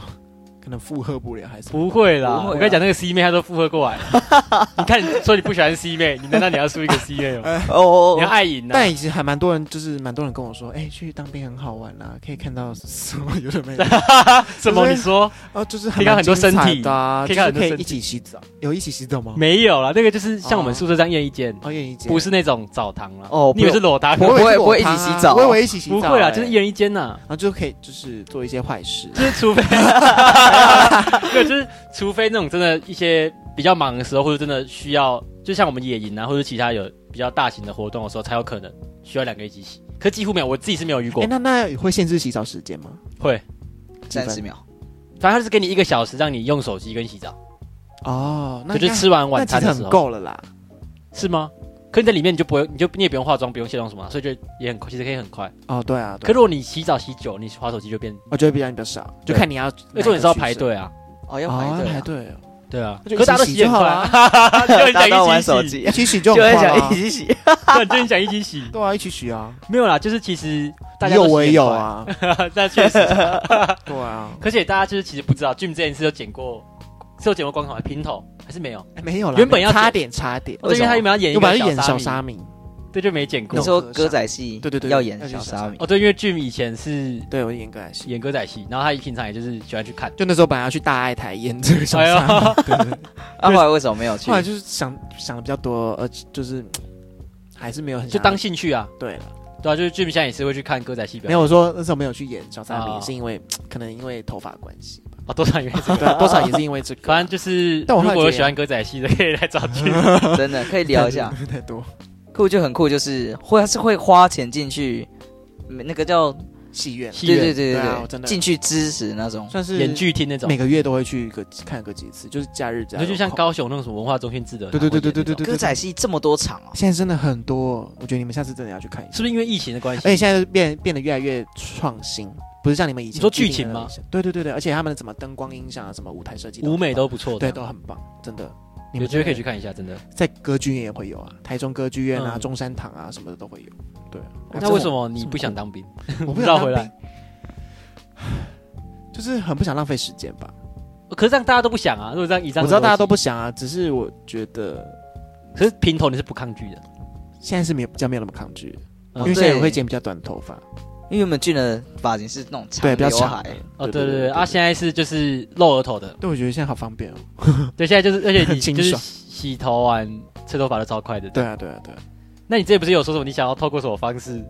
S3: 可能负荷不了，还是
S2: 不会啦，
S1: 不会啦
S2: 我跟你讲那个 C 妹她都附和过来， [laughs] 你看你说你不喜欢 C 妹，你难道你要输一个 C 妹
S3: [laughs]
S2: 吗？
S1: [laughs] 哦哦
S2: 你要
S1: 哦，
S2: 爱赢啊
S3: 但！已经还蛮多人，就是蛮多人跟我说，哎、去当兵很好玩啦、可以看到什么有的没的，
S2: [laughs] 什么？你说
S3: 哦，就是
S2: 可以看很多身体
S3: 蛮精彩的啊、
S2: 可以
S3: 就
S2: 看
S3: 是
S2: 很多
S3: 可以
S2: 身体
S3: 一起洗澡，有一起洗澡吗？
S2: 没有啦？那个就是像我们宿舍这样一人一间，
S3: 哦，愿意接，
S2: 不是那种澡堂了。
S1: 哦
S2: 你以为是裸堂？
S1: 不
S3: 我以为是
S1: 不会
S3: 裸
S1: 不会
S3: 汤啊
S1: 一起洗澡
S3: 我以为一起洗
S2: 不
S3: 澡、
S2: 会啦，
S3: 哎
S2: 就是一人一间呐。
S3: 然后就可以就是做一些坏事，
S2: [laughs] 就是除非， [laughs] 对，就是除非那种真的一些比较忙的时候，或者真的需要，就像我们野营啊，或者其他有比较大型的活动的时候，才有可能需要两个一起洗。可几乎没有，我自己是没有遇
S3: 哎、
S2: 过。
S3: 那那会限制洗澡时间吗？
S2: 会，
S1: 三十秒，
S2: 反正他是给你一个小时，让你用手机跟洗澡，
S3: 哦，那
S2: 就
S3: 应
S2: 是
S3: 该
S2: 吃完
S3: 那
S2: 晚
S3: 其
S2: 餐
S3: 实
S2: 的时
S3: 很
S2: 候。
S3: 够了啦。
S2: 是吗？可你在里面你就不会，你就你也不用化妆，不用卸妆什么啊、所以就也很快，其实可以很快。
S3: 哦，对啊，
S2: 可
S3: 对啊，
S2: 如果你洗澡洗久，你滑手机就变，
S3: 我觉得比较比较少，就
S2: 对
S3: 看你要，
S2: 那重点是要排，队啊，
S1: 哦，
S3: 哦
S1: 要
S3: 要
S1: 排队
S3: 排
S1: 啊， [laughs]
S3: 队哦，
S2: 对啊，
S3: 那
S2: 可是
S3: 就一起
S2: 大家都洗很快
S3: 洗
S2: 啊， [laughs] 就很
S1: 大家
S2: 想
S1: 都玩
S2: 一
S1: 手
S2: 起洗，
S1: 机
S3: 一，起洗哦就
S1: 就
S3: 很
S1: 很
S3: 快
S1: 想
S3: 啦
S1: 一起洗。
S2: [laughs] 对，就很想一起洗。
S3: 对啊，一起洗啊，
S2: 没有啦，就是其实大
S3: 你
S2: 家
S3: 有
S2: 都
S3: 我也
S2: 洗
S3: 有
S2: 很快，
S3: 啊，
S2: [laughs] 那确实，
S3: 对啊，
S2: 而且大家就是其实不知道 Jim 这件事有剪过，是有剪过光头还平头还是没有？
S3: 哎没有啦，
S2: 原本要
S3: 差点差点，
S2: 哦，对，因为他原本要演一
S3: 我本来
S2: 个
S3: 是演小
S2: 小
S3: 沙
S2: 沙弥，
S3: 弥，
S2: 对，就没剪过
S1: 你 [laughs]
S3: 那。
S1: 说歌仔戏，
S3: 对对对
S1: 要演
S3: 要演
S1: 小
S3: 小
S1: 沙
S3: 沙弥
S1: 弥，
S2: 哦，对，因为 Jim 以前是
S3: 对我演歌仔戏，
S2: 演歌仔戏，然后他平常也就是喜欢去看。
S3: 就那时候本来要去大爱台演这个小
S2: 哎
S3: 沙弥，
S2: [laughs] 呀，
S3: 对对对
S1: 啊，后来为什么没有去
S3: 后？来就是想想的比较多，呃，就是还是没有很
S2: 就
S3: 想要
S2: 当兴趣啊，
S3: 对了，
S2: 对啊，就是 Jim 现在也是会去看歌仔戏表演，
S3: 没有我说那时候没有去演小沙
S2: 哦
S3: 弥，是因为可能因为头发关
S2: [laughs]
S3: 系，
S2: 哦，多
S3: [laughs]
S2: 少原因？
S3: 对啊，多少也是因为这个，
S2: 反正就是，
S3: 但我
S2: 如
S3: 后来
S2: 果有
S3: 觉得
S2: 喜欢歌仔戏的，可以来找 Jim。
S3: [laughs]
S1: 真的可以聊一下，
S3: 太多
S1: 酷就很酷，就是会是会花钱进去，嗯那个叫
S3: 戏院
S2: 戏
S1: 对对
S2: 院
S1: 对
S3: 对啊我真的
S1: 进去支持那种。
S3: 算是
S2: 演剧厅那种
S3: 每，个月都会去个看个几次，就是假日这
S2: 那
S3: 样。
S2: 就像高雄那种什么文化中心制的，
S3: 对对对对对对
S2: 对，
S3: 对，
S1: 歌仔戏这么多场哦，
S3: 现在真的很多，我觉得你们下次真的要去看一下。
S2: 是不是因为疫情的关
S3: [laughs] 而且
S2: 系？
S3: 现在变变得越来越创新，不是像你们以前
S2: 你说剧
S3: 一定
S2: 情吗
S3: 的那种？对对对对，而且他们的什么灯光、音响啊，什么舞台设计很棒，
S2: 舞美都不错的，
S3: 对都很棒，真的。你
S2: 有
S3: 们哦
S2: 机会可以
S3: 真
S2: 去看一下，真的。
S3: 的在歌剧院也会有啊，台中歌剧院啊、
S2: 嗯
S3: 中山堂啊什么的都会有。对啊，
S2: 那为什么你不想当兵？
S3: 我不
S2: 不知道
S3: 想当
S2: 回来
S3: 兵？就是很不想浪费时间吧。
S2: 哦可是这样大家都不想啊。如果这样以上，
S3: 我知道大家都，不想啊，只是我觉得
S2: 可是平头你是不抗拒的，
S3: 现在是没有比较没有那么抗拒，
S2: 嗯
S3: 因为现在
S1: 对
S3: 也会剪比较短的头发。
S1: 因为原本俊的发型是那种长
S3: 对比较
S1: 刘
S3: 长
S1: 海
S3: 的，
S2: 哦，对对对，啊，现在是就是露额头的，
S3: 对，我觉得现在好方便哦。
S2: 对，现在就是，
S3: [laughs]
S2: 而且你
S3: 清
S2: 就是
S3: 爽
S2: 洗头完吹头发都超快的。
S3: 对，啊，对啊，对 [laughs] 啊，
S2: 那你之前不是有说什么你想要透过什么方式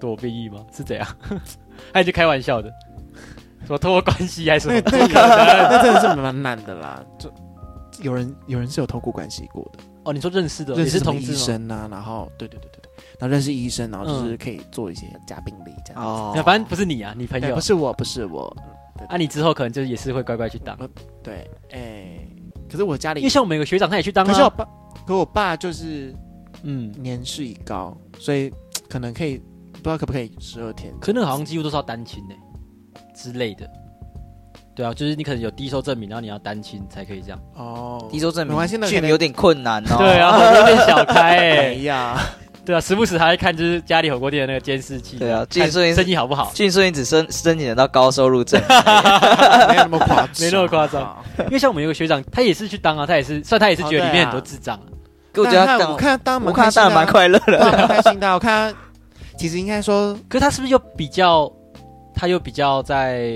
S2: 躲避疫吗？是怎样？ [laughs] 还是开玩笑的？什么透过关系还是什
S3: 那
S2: 么？
S3: 那那真的是蛮难的啦。就有人有人是有透过关系过的，
S2: 哦，你说认识的，
S3: 认
S2: 你
S3: 识
S2: 是
S3: 什么
S2: 同
S3: 医
S2: 志吗？
S3: 生啊，然后对对对对对，然后认识医生，然后就是可以做一些嘉宾礼这样。
S1: 哦
S2: 嗯那，反正不是你啊，你朋
S3: 对
S2: 友
S3: 不。是我，不是我，
S2: 啊，你之后可能就也是会乖乖去当，
S3: 对，哎，可是我家
S2: 因
S3: 里
S2: 为，像我们有个学长他也去当
S3: 可是我
S2: 啊。
S3: 爸，可我爸就是
S2: 嗯，
S3: 年事已高，所以可能可以不知道可不可以十二天，
S2: 可那个好像几乎都是要单亲的、之类的。对啊，就是你可能有低收证明，然后你要单亲才可以这样。
S3: 哦，
S1: 低收证
S3: 没关系那
S1: 明，
S3: 可
S1: 俊
S3: 能
S1: 有点困难
S3: [laughs]
S1: 哦。
S2: 对啊，火锅店小开哎、
S3: 哎 [laughs] 呀，
S2: 对啊，时不时还会看就是家里火锅店的那个监视器，
S1: 对啊
S2: 看
S1: 最近
S2: 生意好
S1: [laughs]
S2: 不好？
S1: 俊说你只申申请得到高收入
S3: [laughs]
S1: 证，
S3: 没有那么夸张，
S2: 没那么夸张。因为像我们有个学长，他也是去当啊，他也是，算他也是觉得里面很多智障、啊
S1: 可我觉得他
S3: 但
S1: 当
S3: 我看他当
S1: 我看他当然蛮快乐的，
S3: 乐，蛮开心的。我看他其实应该说
S2: 可是他是不是又比较，他又比较在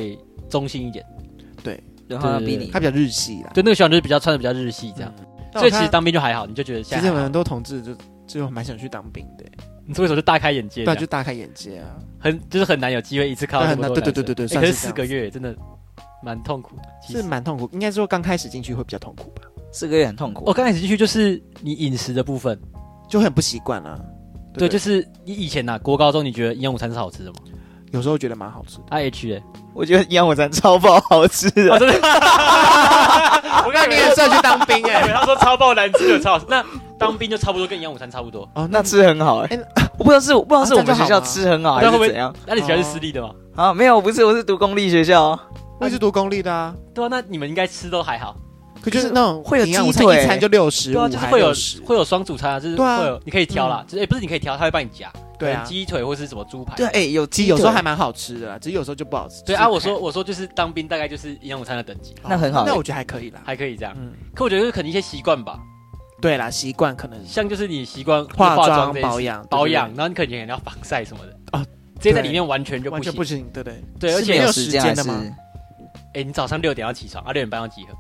S2: 中性一点？
S1: 然后他逼你
S3: 他比较日系啦，
S2: 对，那个学长就是比较穿的比较日系这
S1: 嗯
S2: 样，
S3: 嗯
S2: 所
S3: 但我
S2: 以其实
S3: 看
S2: 当啊兵就还好，你就觉得
S3: 其
S2: 现
S3: 实
S2: 在
S3: 有
S2: 还好
S3: 很多同志就就蛮想去当兵的，
S1: 嗯
S2: 你这个时候就大开眼界这
S3: 对啊，
S2: 样，
S3: 就大开眼界啊。
S2: 很就是很难有机会一次看到
S3: 对
S2: 那
S3: 很
S2: 么
S3: 难
S2: 多
S3: 对对
S2: 男生
S3: 对对对
S2: 欸
S3: 算
S2: 可是
S3: 是这
S2: 四
S3: 样
S2: 个月真的蛮痛苦，其
S3: 是
S2: 实。
S3: 蛮痛苦，应该说刚开始进去会比较痛苦吧，
S1: 四个月很痛苦
S3: 哦
S2: 我。哦刚开始进去就是你饮食的部分，
S3: 就很不习惯啊。
S2: 对，就是是你以前呐、国高中你觉得营养午餐是好吃的吗
S3: 有时候觉得蛮好吃的。
S2: ？I H 哎，
S1: 我觉得营养午餐超爆好吃
S3: 哦
S1: 的，
S2: 啊真的， [laughs]
S1: 啊
S2: 我刚才
S3: 你也是要去当兵
S1: [laughs]
S3: 哎、
S2: 他说超爆难吃的，超好吃。那当兵就差不多跟营养午餐差不多。
S3: 哦，
S1: 那吃很好哎
S3: 哎，
S1: 我不知道是我不知道是
S3: 啊
S1: 我们
S3: 这样
S1: 学
S3: 就好
S1: 校
S3: 吗
S1: 吃很好还
S2: 那会不
S1: 是
S2: 会
S1: 怎样
S2: 那你学校
S3: 哦
S2: 是私立的吗？
S1: 啊？没有，不是，我是读公立学校啊，
S3: 我也是读公立的啊，
S2: 对啊，那你们应该吃都还好。
S3: 可就是那种
S1: 会有
S3: 营养午
S1: 鸡
S3: 餐
S1: 腿
S3: 一餐就六十
S2: 对啊，
S3: 五，
S2: 就是会有
S3: 十，
S2: 会有双主餐啊，就是
S3: 对啊
S2: 会有你可以挑啦，就是哎不是你可以挑，他会帮你夹，
S3: 对
S2: 可
S3: 啊
S2: 能，鸡腿或是什么猪排。
S1: 对，哎，有鸡
S3: 其实有时候
S1: 腿
S3: 还蛮好吃的啦，只是有时候就不好吃。
S2: 对
S3: 就是
S2: 啊，
S3: 看
S2: 我说我说就是当兵大概就是营养午餐的等级，
S1: 那很好欸
S3: 那我觉得还可以啦。
S2: 还可以这样。
S3: 嗯，
S2: 可我觉得就是可能一些习惯吧，
S3: 对啦，习惯可能
S2: 像就是你习惯
S3: 化
S2: 妆
S3: 妆
S2: 这些
S3: 保养
S2: 保养，
S3: 对
S2: 然后你可能也要防晒什么的
S3: 啊
S2: 这些在
S3: 对
S2: 里面完全
S3: 对
S2: 就
S3: 完
S2: 不
S3: 全
S2: 行。
S3: 不行，对不对？
S2: 对，而
S1: 是没
S2: 且
S1: 有
S3: 有
S1: 时
S3: 时
S1: 间
S3: 间
S1: 还
S3: 还
S1: 是
S3: 是
S2: 哎，你早上六点要起床啊，六点半要集合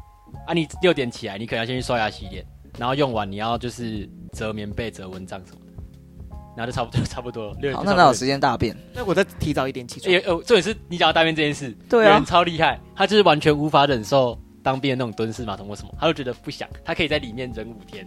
S2: 啊，你六点起来，你可能要先去刷牙洗脸，然后用完你要就是折棉被、折蚊帐什么的，然后就差不多 [laughs] 差不多了。六点
S1: 好，
S2: 就
S1: 那
S2: 差不
S1: 哪
S2: 多
S1: 有
S2: 了
S1: 时间大便？
S3: 那我再提早一点起
S2: 也
S3: 床，
S2: 呃，重点是你讲到大便这件事，
S1: 对
S2: 有
S1: 啊
S2: 人，超厉害，他就是完全无法忍受当兵的那种蹲式马桶或什么，他就觉得不想，他可以在里面忍五天，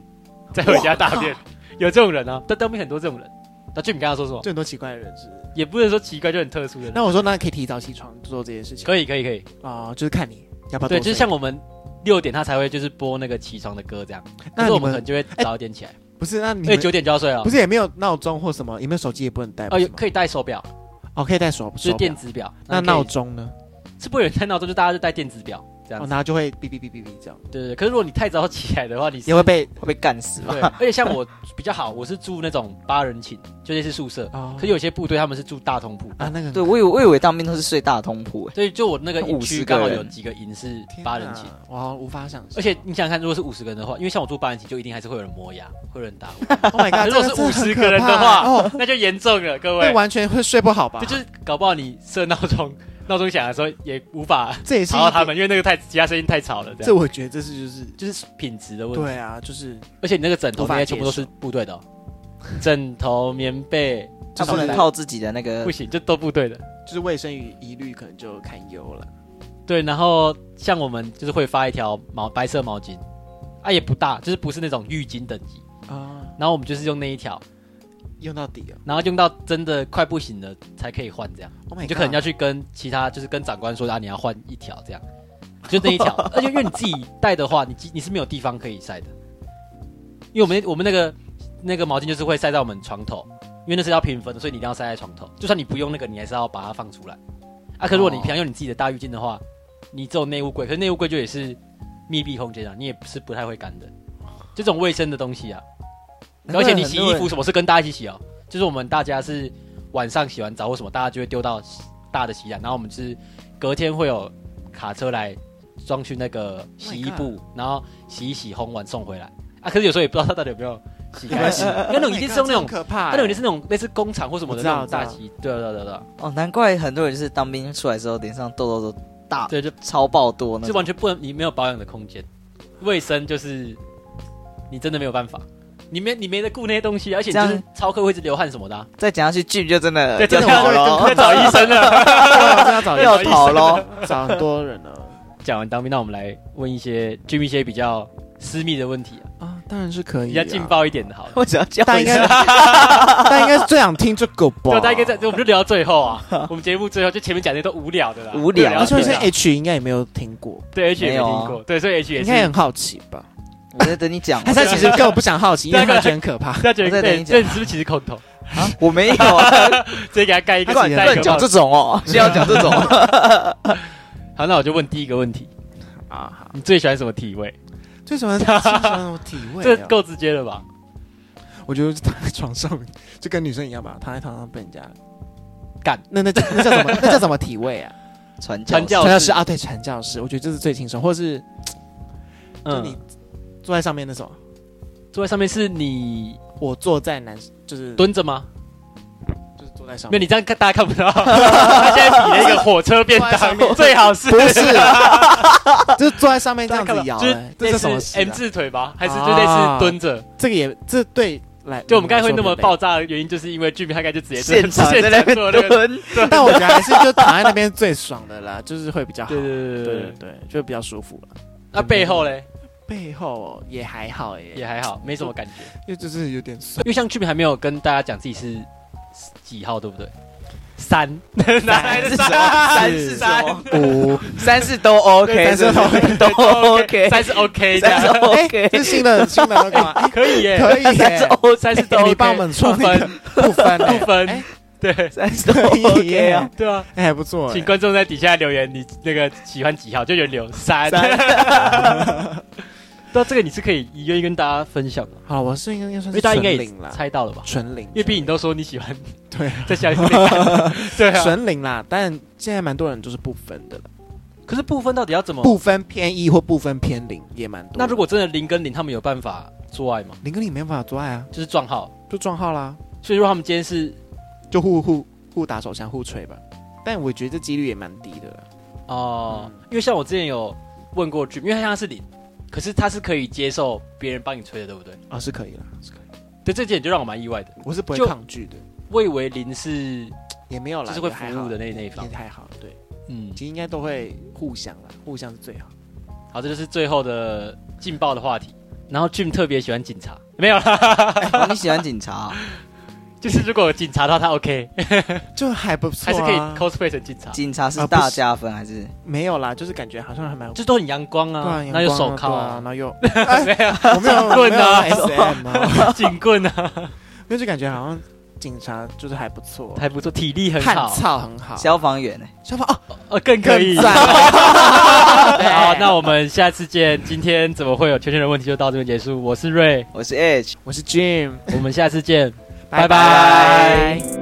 S2: 再回家大便。有这种人啊，但当兵很多这种人。那就你刚刚说什么，
S3: 就很多奇怪的人是。
S2: 也不能说奇怪，就很特殊的人。
S3: 那我说，那可以提早起床做这些事情
S2: 可以可以可以，
S3: 啊、就是看你要不要多睡。
S2: 对，就是像我们六点他才会就是播那个起床的歌这样，
S3: 那
S2: 可是我
S3: 你
S2: 们可能
S3: 们
S2: 就会早一点起来。
S3: 不是，那你
S2: 哎，
S3: 们
S2: 九点就要睡了
S3: 不。是也没有闹钟或什么，有没有手机也不能带？
S2: 哦，
S3: 不
S2: 有
S3: 是吗
S2: 可以戴手表，
S3: 哦，可以带手
S2: 就是
S3: 手表
S2: 电。子表。
S3: 那
S2: 然后
S3: 闹
S2: 可
S3: 钟呢？
S2: 以是不会有人戴闹钟，就大家就戴电子表这样
S3: 哦，
S2: 子。
S3: 然后就会哔哔哔哔哔这样，
S2: 对对对。可是如果你太早起来的话，你是
S3: 也会被
S1: 会被干死吧？
S2: [laughs] 对。而且像我比较好，我是住那种八人寝，就类似宿舍。
S3: 哦
S2: 可是有些部队他们是住大通铺，
S3: 啊那个
S1: [laughs] 对，我以为我以为当兵都是睡大通铺、欸，
S2: 所以就我那个营区
S1: 50
S2: 刚好
S1: 个人
S2: 有几个营是
S3: 天
S2: 八
S3: 哪
S2: 人寝。，
S3: 我好像无法想象。
S2: 而且你想想看，如果是五十个人的话，因为像我住八人寝，就一定还是会有人磨牙，会有人打我，
S3: Oh my
S2: 可 [laughs] 是
S3: god！
S2: 如
S3: 这
S2: 果
S3: 个
S2: 是50
S3: 真的很可
S2: 个人的
S3: 怕
S2: 话
S3: [laughs] 哦，
S2: 那就严重了，各
S3: 会
S2: 位。
S3: 完全会睡不好吧？
S2: 这就是搞不好你设闹钟，闹钟响的时候也无法
S3: 这也是
S2: 吵到
S3: 一
S2: 他
S3: 个
S2: 们，因为那个太其他声音太吵了，这
S3: 这
S2: 样啊
S3: 我觉得这是就是
S2: 就是品质的问题。
S3: 对啊，就是
S2: 而且你那个枕头
S3: 无法
S2: 那些全部都是部队的哦、枕头、棉被呃
S1: 他
S3: 就是
S1: 不能靠自己的那个
S2: 不。行，这都部队的。
S3: 就是卫生与疑虑可能就堪忧了。
S2: 对，然后像我们就是会发一条毛白色毛巾，啊也不大，就是不是那种浴巾等级，
S3: 啊，
S2: 然后我们就是用那一条，
S3: 用到底哦
S2: 然后用到真的快不行了才可以换这样。
S3: ，Oh my
S2: 你
S3: god！
S2: 就可能要去跟其他，就是跟长官说啊，你要换一条这样，就那一 [laughs] 条。而且因为你自己带的话，你基你是没有地方可以晒的，因为我们我们那个那个毛巾就是会晒在我们床头，因为那是要平分的，所以你一定要晒在床头。就算你不用那个，你还是要把它放出来。啊，可如果你
S3: 哦
S2: 平常用你自己的大浴巾的话，你只有内务柜，可是内务柜就也是密闭空间啊，你也是不太会干的。这种卫生的东西啊，而且你洗衣服什么是跟大家一起洗哦，就是我们大家是晚上洗完澡或什么，大家就会丢到洗大的洗衣篮，然后我们是隔天会有卡车来装去那个洗衣
S3: ，Oh
S2: 部，然后洗一洗，烘完送回来。啊，可是有时候也不知道他到底有没有洗
S3: 有没有
S2: 干
S3: 洗 [laughs]
S2: 净， [laughs] 因为那
S3: Oh
S2: 种
S3: my
S2: 一定是用那
S3: god，这很
S2: 种，
S3: 可怕
S2: 他
S3: 欸，
S2: 那种一定是那种类似工厂或什么的
S3: 我知道
S2: 那种大
S3: 我知道
S2: 洗，对啊对对对对
S1: 哦，难怪很多人就是当兵出来之后脸上痘痘都
S3: 啊
S1: 大，
S2: 对，就
S1: [laughs] 超爆多那
S2: 是
S1: 种。
S2: 完全不能，你没有保养的空间，卫生就是你真的没有办法，你没你没得顾那些东西，而且你就
S1: 这
S2: 是
S1: 样
S2: 超客会一直流汗什么的啊、
S1: 再讲下去剧就真的呃要
S2: 对，真的
S1: 逃了，
S2: 要找
S1: [laughs]
S2: 医生啊了。
S3: 对真的要找
S1: 要逃喽。
S3: 找很多人了
S2: 讲完当兵，那我们来问一些 Jimmy 一些比较私密的问题啊，
S3: 啊，当然是可以
S2: 比
S3: 啊，
S2: 较劲爆一点的，好了。
S1: 我只要叫一
S3: 但应
S2: [laughs]
S3: 该
S1: 声，
S3: 但应该是最想听这个吧？
S2: 对，啊大家应该在，我们就聊到最后啊。我们节目最后就前面讲那些都无聊的啦，
S1: 无聊
S2: 对
S3: 而且我
S1: 是
S3: 现在
S2: 对
S3: H 应该也没有听过，
S2: 对 H 也没
S1: 没有啊
S2: 听过，对，所以 H 也
S3: 应
S2: 是
S3: 该也很好奇吧？
S1: 我在等你讲。啊
S3: [laughs] 还是他
S1: [laughs]
S3: 其实根本不想
S2: [laughs]
S3: 好奇，因为他觉得很可怕。
S2: 大家觉
S1: 我在
S2: 得
S1: 等
S2: 对，
S1: 你
S2: 这
S1: 讲
S2: 你是不是其实空投？
S1: 啊我没有啊，
S2: 直接给他盖一个
S3: 他
S1: 乱
S3: 其实
S2: 带一
S1: 乱
S2: 个
S1: 讲
S2: 帽
S1: 这
S2: 子
S1: 种哦，先要讲这种。
S2: 好，那我就问第一个问题，
S3: 啊，好
S2: 你最喜欢什么体位？
S3: 最喜欢最喜欢那种体位哦，
S2: 这够直接了吧？
S3: 我觉得躺在床上就跟女生一样吧，躺在床上被人家
S2: 干，
S3: 那那叫那叫什么？那叫什么体位啊？
S1: [laughs] 传
S2: 传 [laughs] 教
S1: 教
S2: 士
S3: 传教士啊，对，传教士，我觉得这是最轻松，或是就你
S2: 嗯，
S3: 坐在上面那种，
S2: 坐在上面是你
S3: 我坐在男就是
S2: 蹲着吗？
S3: 就是坐在上
S2: 没有，
S3: 面，
S2: 你这样看大家看不
S3: [laughs]
S2: 到。他现在比了一个火车便
S3: 坐在
S2: 当，
S3: 上面
S2: 最好是
S3: 不是，
S2: [laughs]
S3: 啊就是坐在上面这样子摇，
S2: 就是
S3: 哎这
S2: 类
S3: 是
S2: 似
S3: 什么事
S2: M
S3: 啊？
S2: 字腿吧，还是就类似蹲着？
S3: 这个也这对来，
S2: 就我们刚才会那么爆
S3: 爆，
S2: 炸的原因，就是因为剧名大概就直接
S1: 现场在
S2: [laughs]
S1: 那边
S2: 做那个，
S1: 蹲，
S3: 但我觉得还是就躺在那边最爽的啦，就是会比较好，
S2: 对对对
S3: 对对
S2: 对。
S3: 对，就比较舒服了。
S2: 那背后嘞
S3: 背后也还好哎，
S2: 也还好，没什么感觉，
S3: 因为就是有点
S2: [laughs]
S3: 酸。
S2: 因为像剧名还没有跟大家讲自己是几号，对不对？三，哪来的
S1: [laughs] 是啊什么？三
S2: 三？是
S1: 是
S2: 三
S1: 什么？五三是都 OK，
S3: 对三
S1: 是不是都 OK，
S2: [laughs] 三是 OK
S1: 三是
S2: 的，
S3: 哎，
S1: OK，
S3: 这是新的新的那个吗，
S2: [laughs]
S3: 哎
S2: 可以耶，
S3: 可以
S1: 三是
S3: 耶，
S1: OK，
S2: 三是都 OK，
S3: 你帮我们创
S2: 不分
S3: [laughs] 不分
S2: 不
S3: 哎
S2: 分
S3: 哎，
S2: 对
S1: 三是都
S3: 可以
S1: OK 啊
S3: 耶，，
S2: 对啊，
S3: 哎还不错
S2: 请
S3: 哎。
S2: 观众在底下留言，你那个喜欢几号，就有人留三。 [laughs] 那这个你是可以愿意跟大家分享的，
S3: 好，我是应该应该
S2: 因
S3: 算
S2: 为
S3: 是
S2: 大家应该
S3: 纯零
S2: 也
S3: 啦，
S2: 猜到了吧？
S3: 纯零，
S2: 因为毕竟你都说你喜欢
S3: 对啊
S2: 在下
S3: [laughs]
S2: 面被看，对啊。
S3: 纯零啦，但现在蛮多人就是不分的啦，
S2: 可是部分到底要怎么？
S3: 不分偏一或不分偏零也蛮多的。
S2: 哦那如果真的零跟零，他们有办法做爱吗？
S3: 零跟零没办法做爱啊，
S2: 就是撞号。
S3: 就撞号啦，
S2: 所以如果他们今天是
S3: 就互互互打手枪互锤吧。但我觉得这几率也蛮低的啦。
S2: 哦、
S3: 嗯
S2: 因为像我之前有问过 Jim，因为他像是零，可是他是可以接受别人帮你吹的，对不对？
S3: 啊，是可以啦，是可以。
S2: 对，这点就让我蛮意外的。
S3: 我是不
S2: 就
S3: 会抗拒的，
S2: 我以为零是
S3: 也没有啦，
S2: 就是会
S3: 也
S2: 服
S3: 还
S2: 务
S3: 好
S2: 的那那一方
S3: 也。还好，对，
S2: 嗯，
S3: 其实应该都会互相啦，互相是最好。
S2: 好，这就是最后的劲爆的话题。然后 Jim 特别喜欢警察，没有啦，
S1: 哦你喜欢警察啊？
S2: [laughs] 就是如果警察的话，他 OK，
S3: 啊就还不错、啊，
S2: 还是可以 cosplay 成警察，
S1: 警察
S3: 啊
S1: 是
S3: 不是
S1: 大加分还是？
S3: 没有啦，就是感觉好像还蛮
S2: 就都很阳光
S3: 对啊
S2: 啊，
S3: 阳
S2: 那就
S3: 光
S2: 手
S3: 啊
S2: 铐
S3: 对啊，
S2: 啊
S3: 然，后
S2: [laughs]
S3: 又
S2: 没有
S3: 我没
S2: [laughs]
S3: 有
S2: 棍啊
S3: 没有 SM
S2: [laughs]
S3: 啊，
S2: 警棍啊，
S3: 因为就感觉好像警察就是还不错，
S2: 还不错，体力很
S3: 汉
S2: 好，
S3: 操很好，
S1: 消防员欸呢？
S3: 消防哦，
S2: 哦，更可以
S3: 更。赞，
S2: [laughs] 好，那
S3: [laughs]
S2: 我们下次见。今天怎么会有圈圈的问题就到这边结束。我是瑞，
S1: 我是 H。
S3: 我是 Jim，
S2: 我们下次见。拜拜
S3: 拜拜。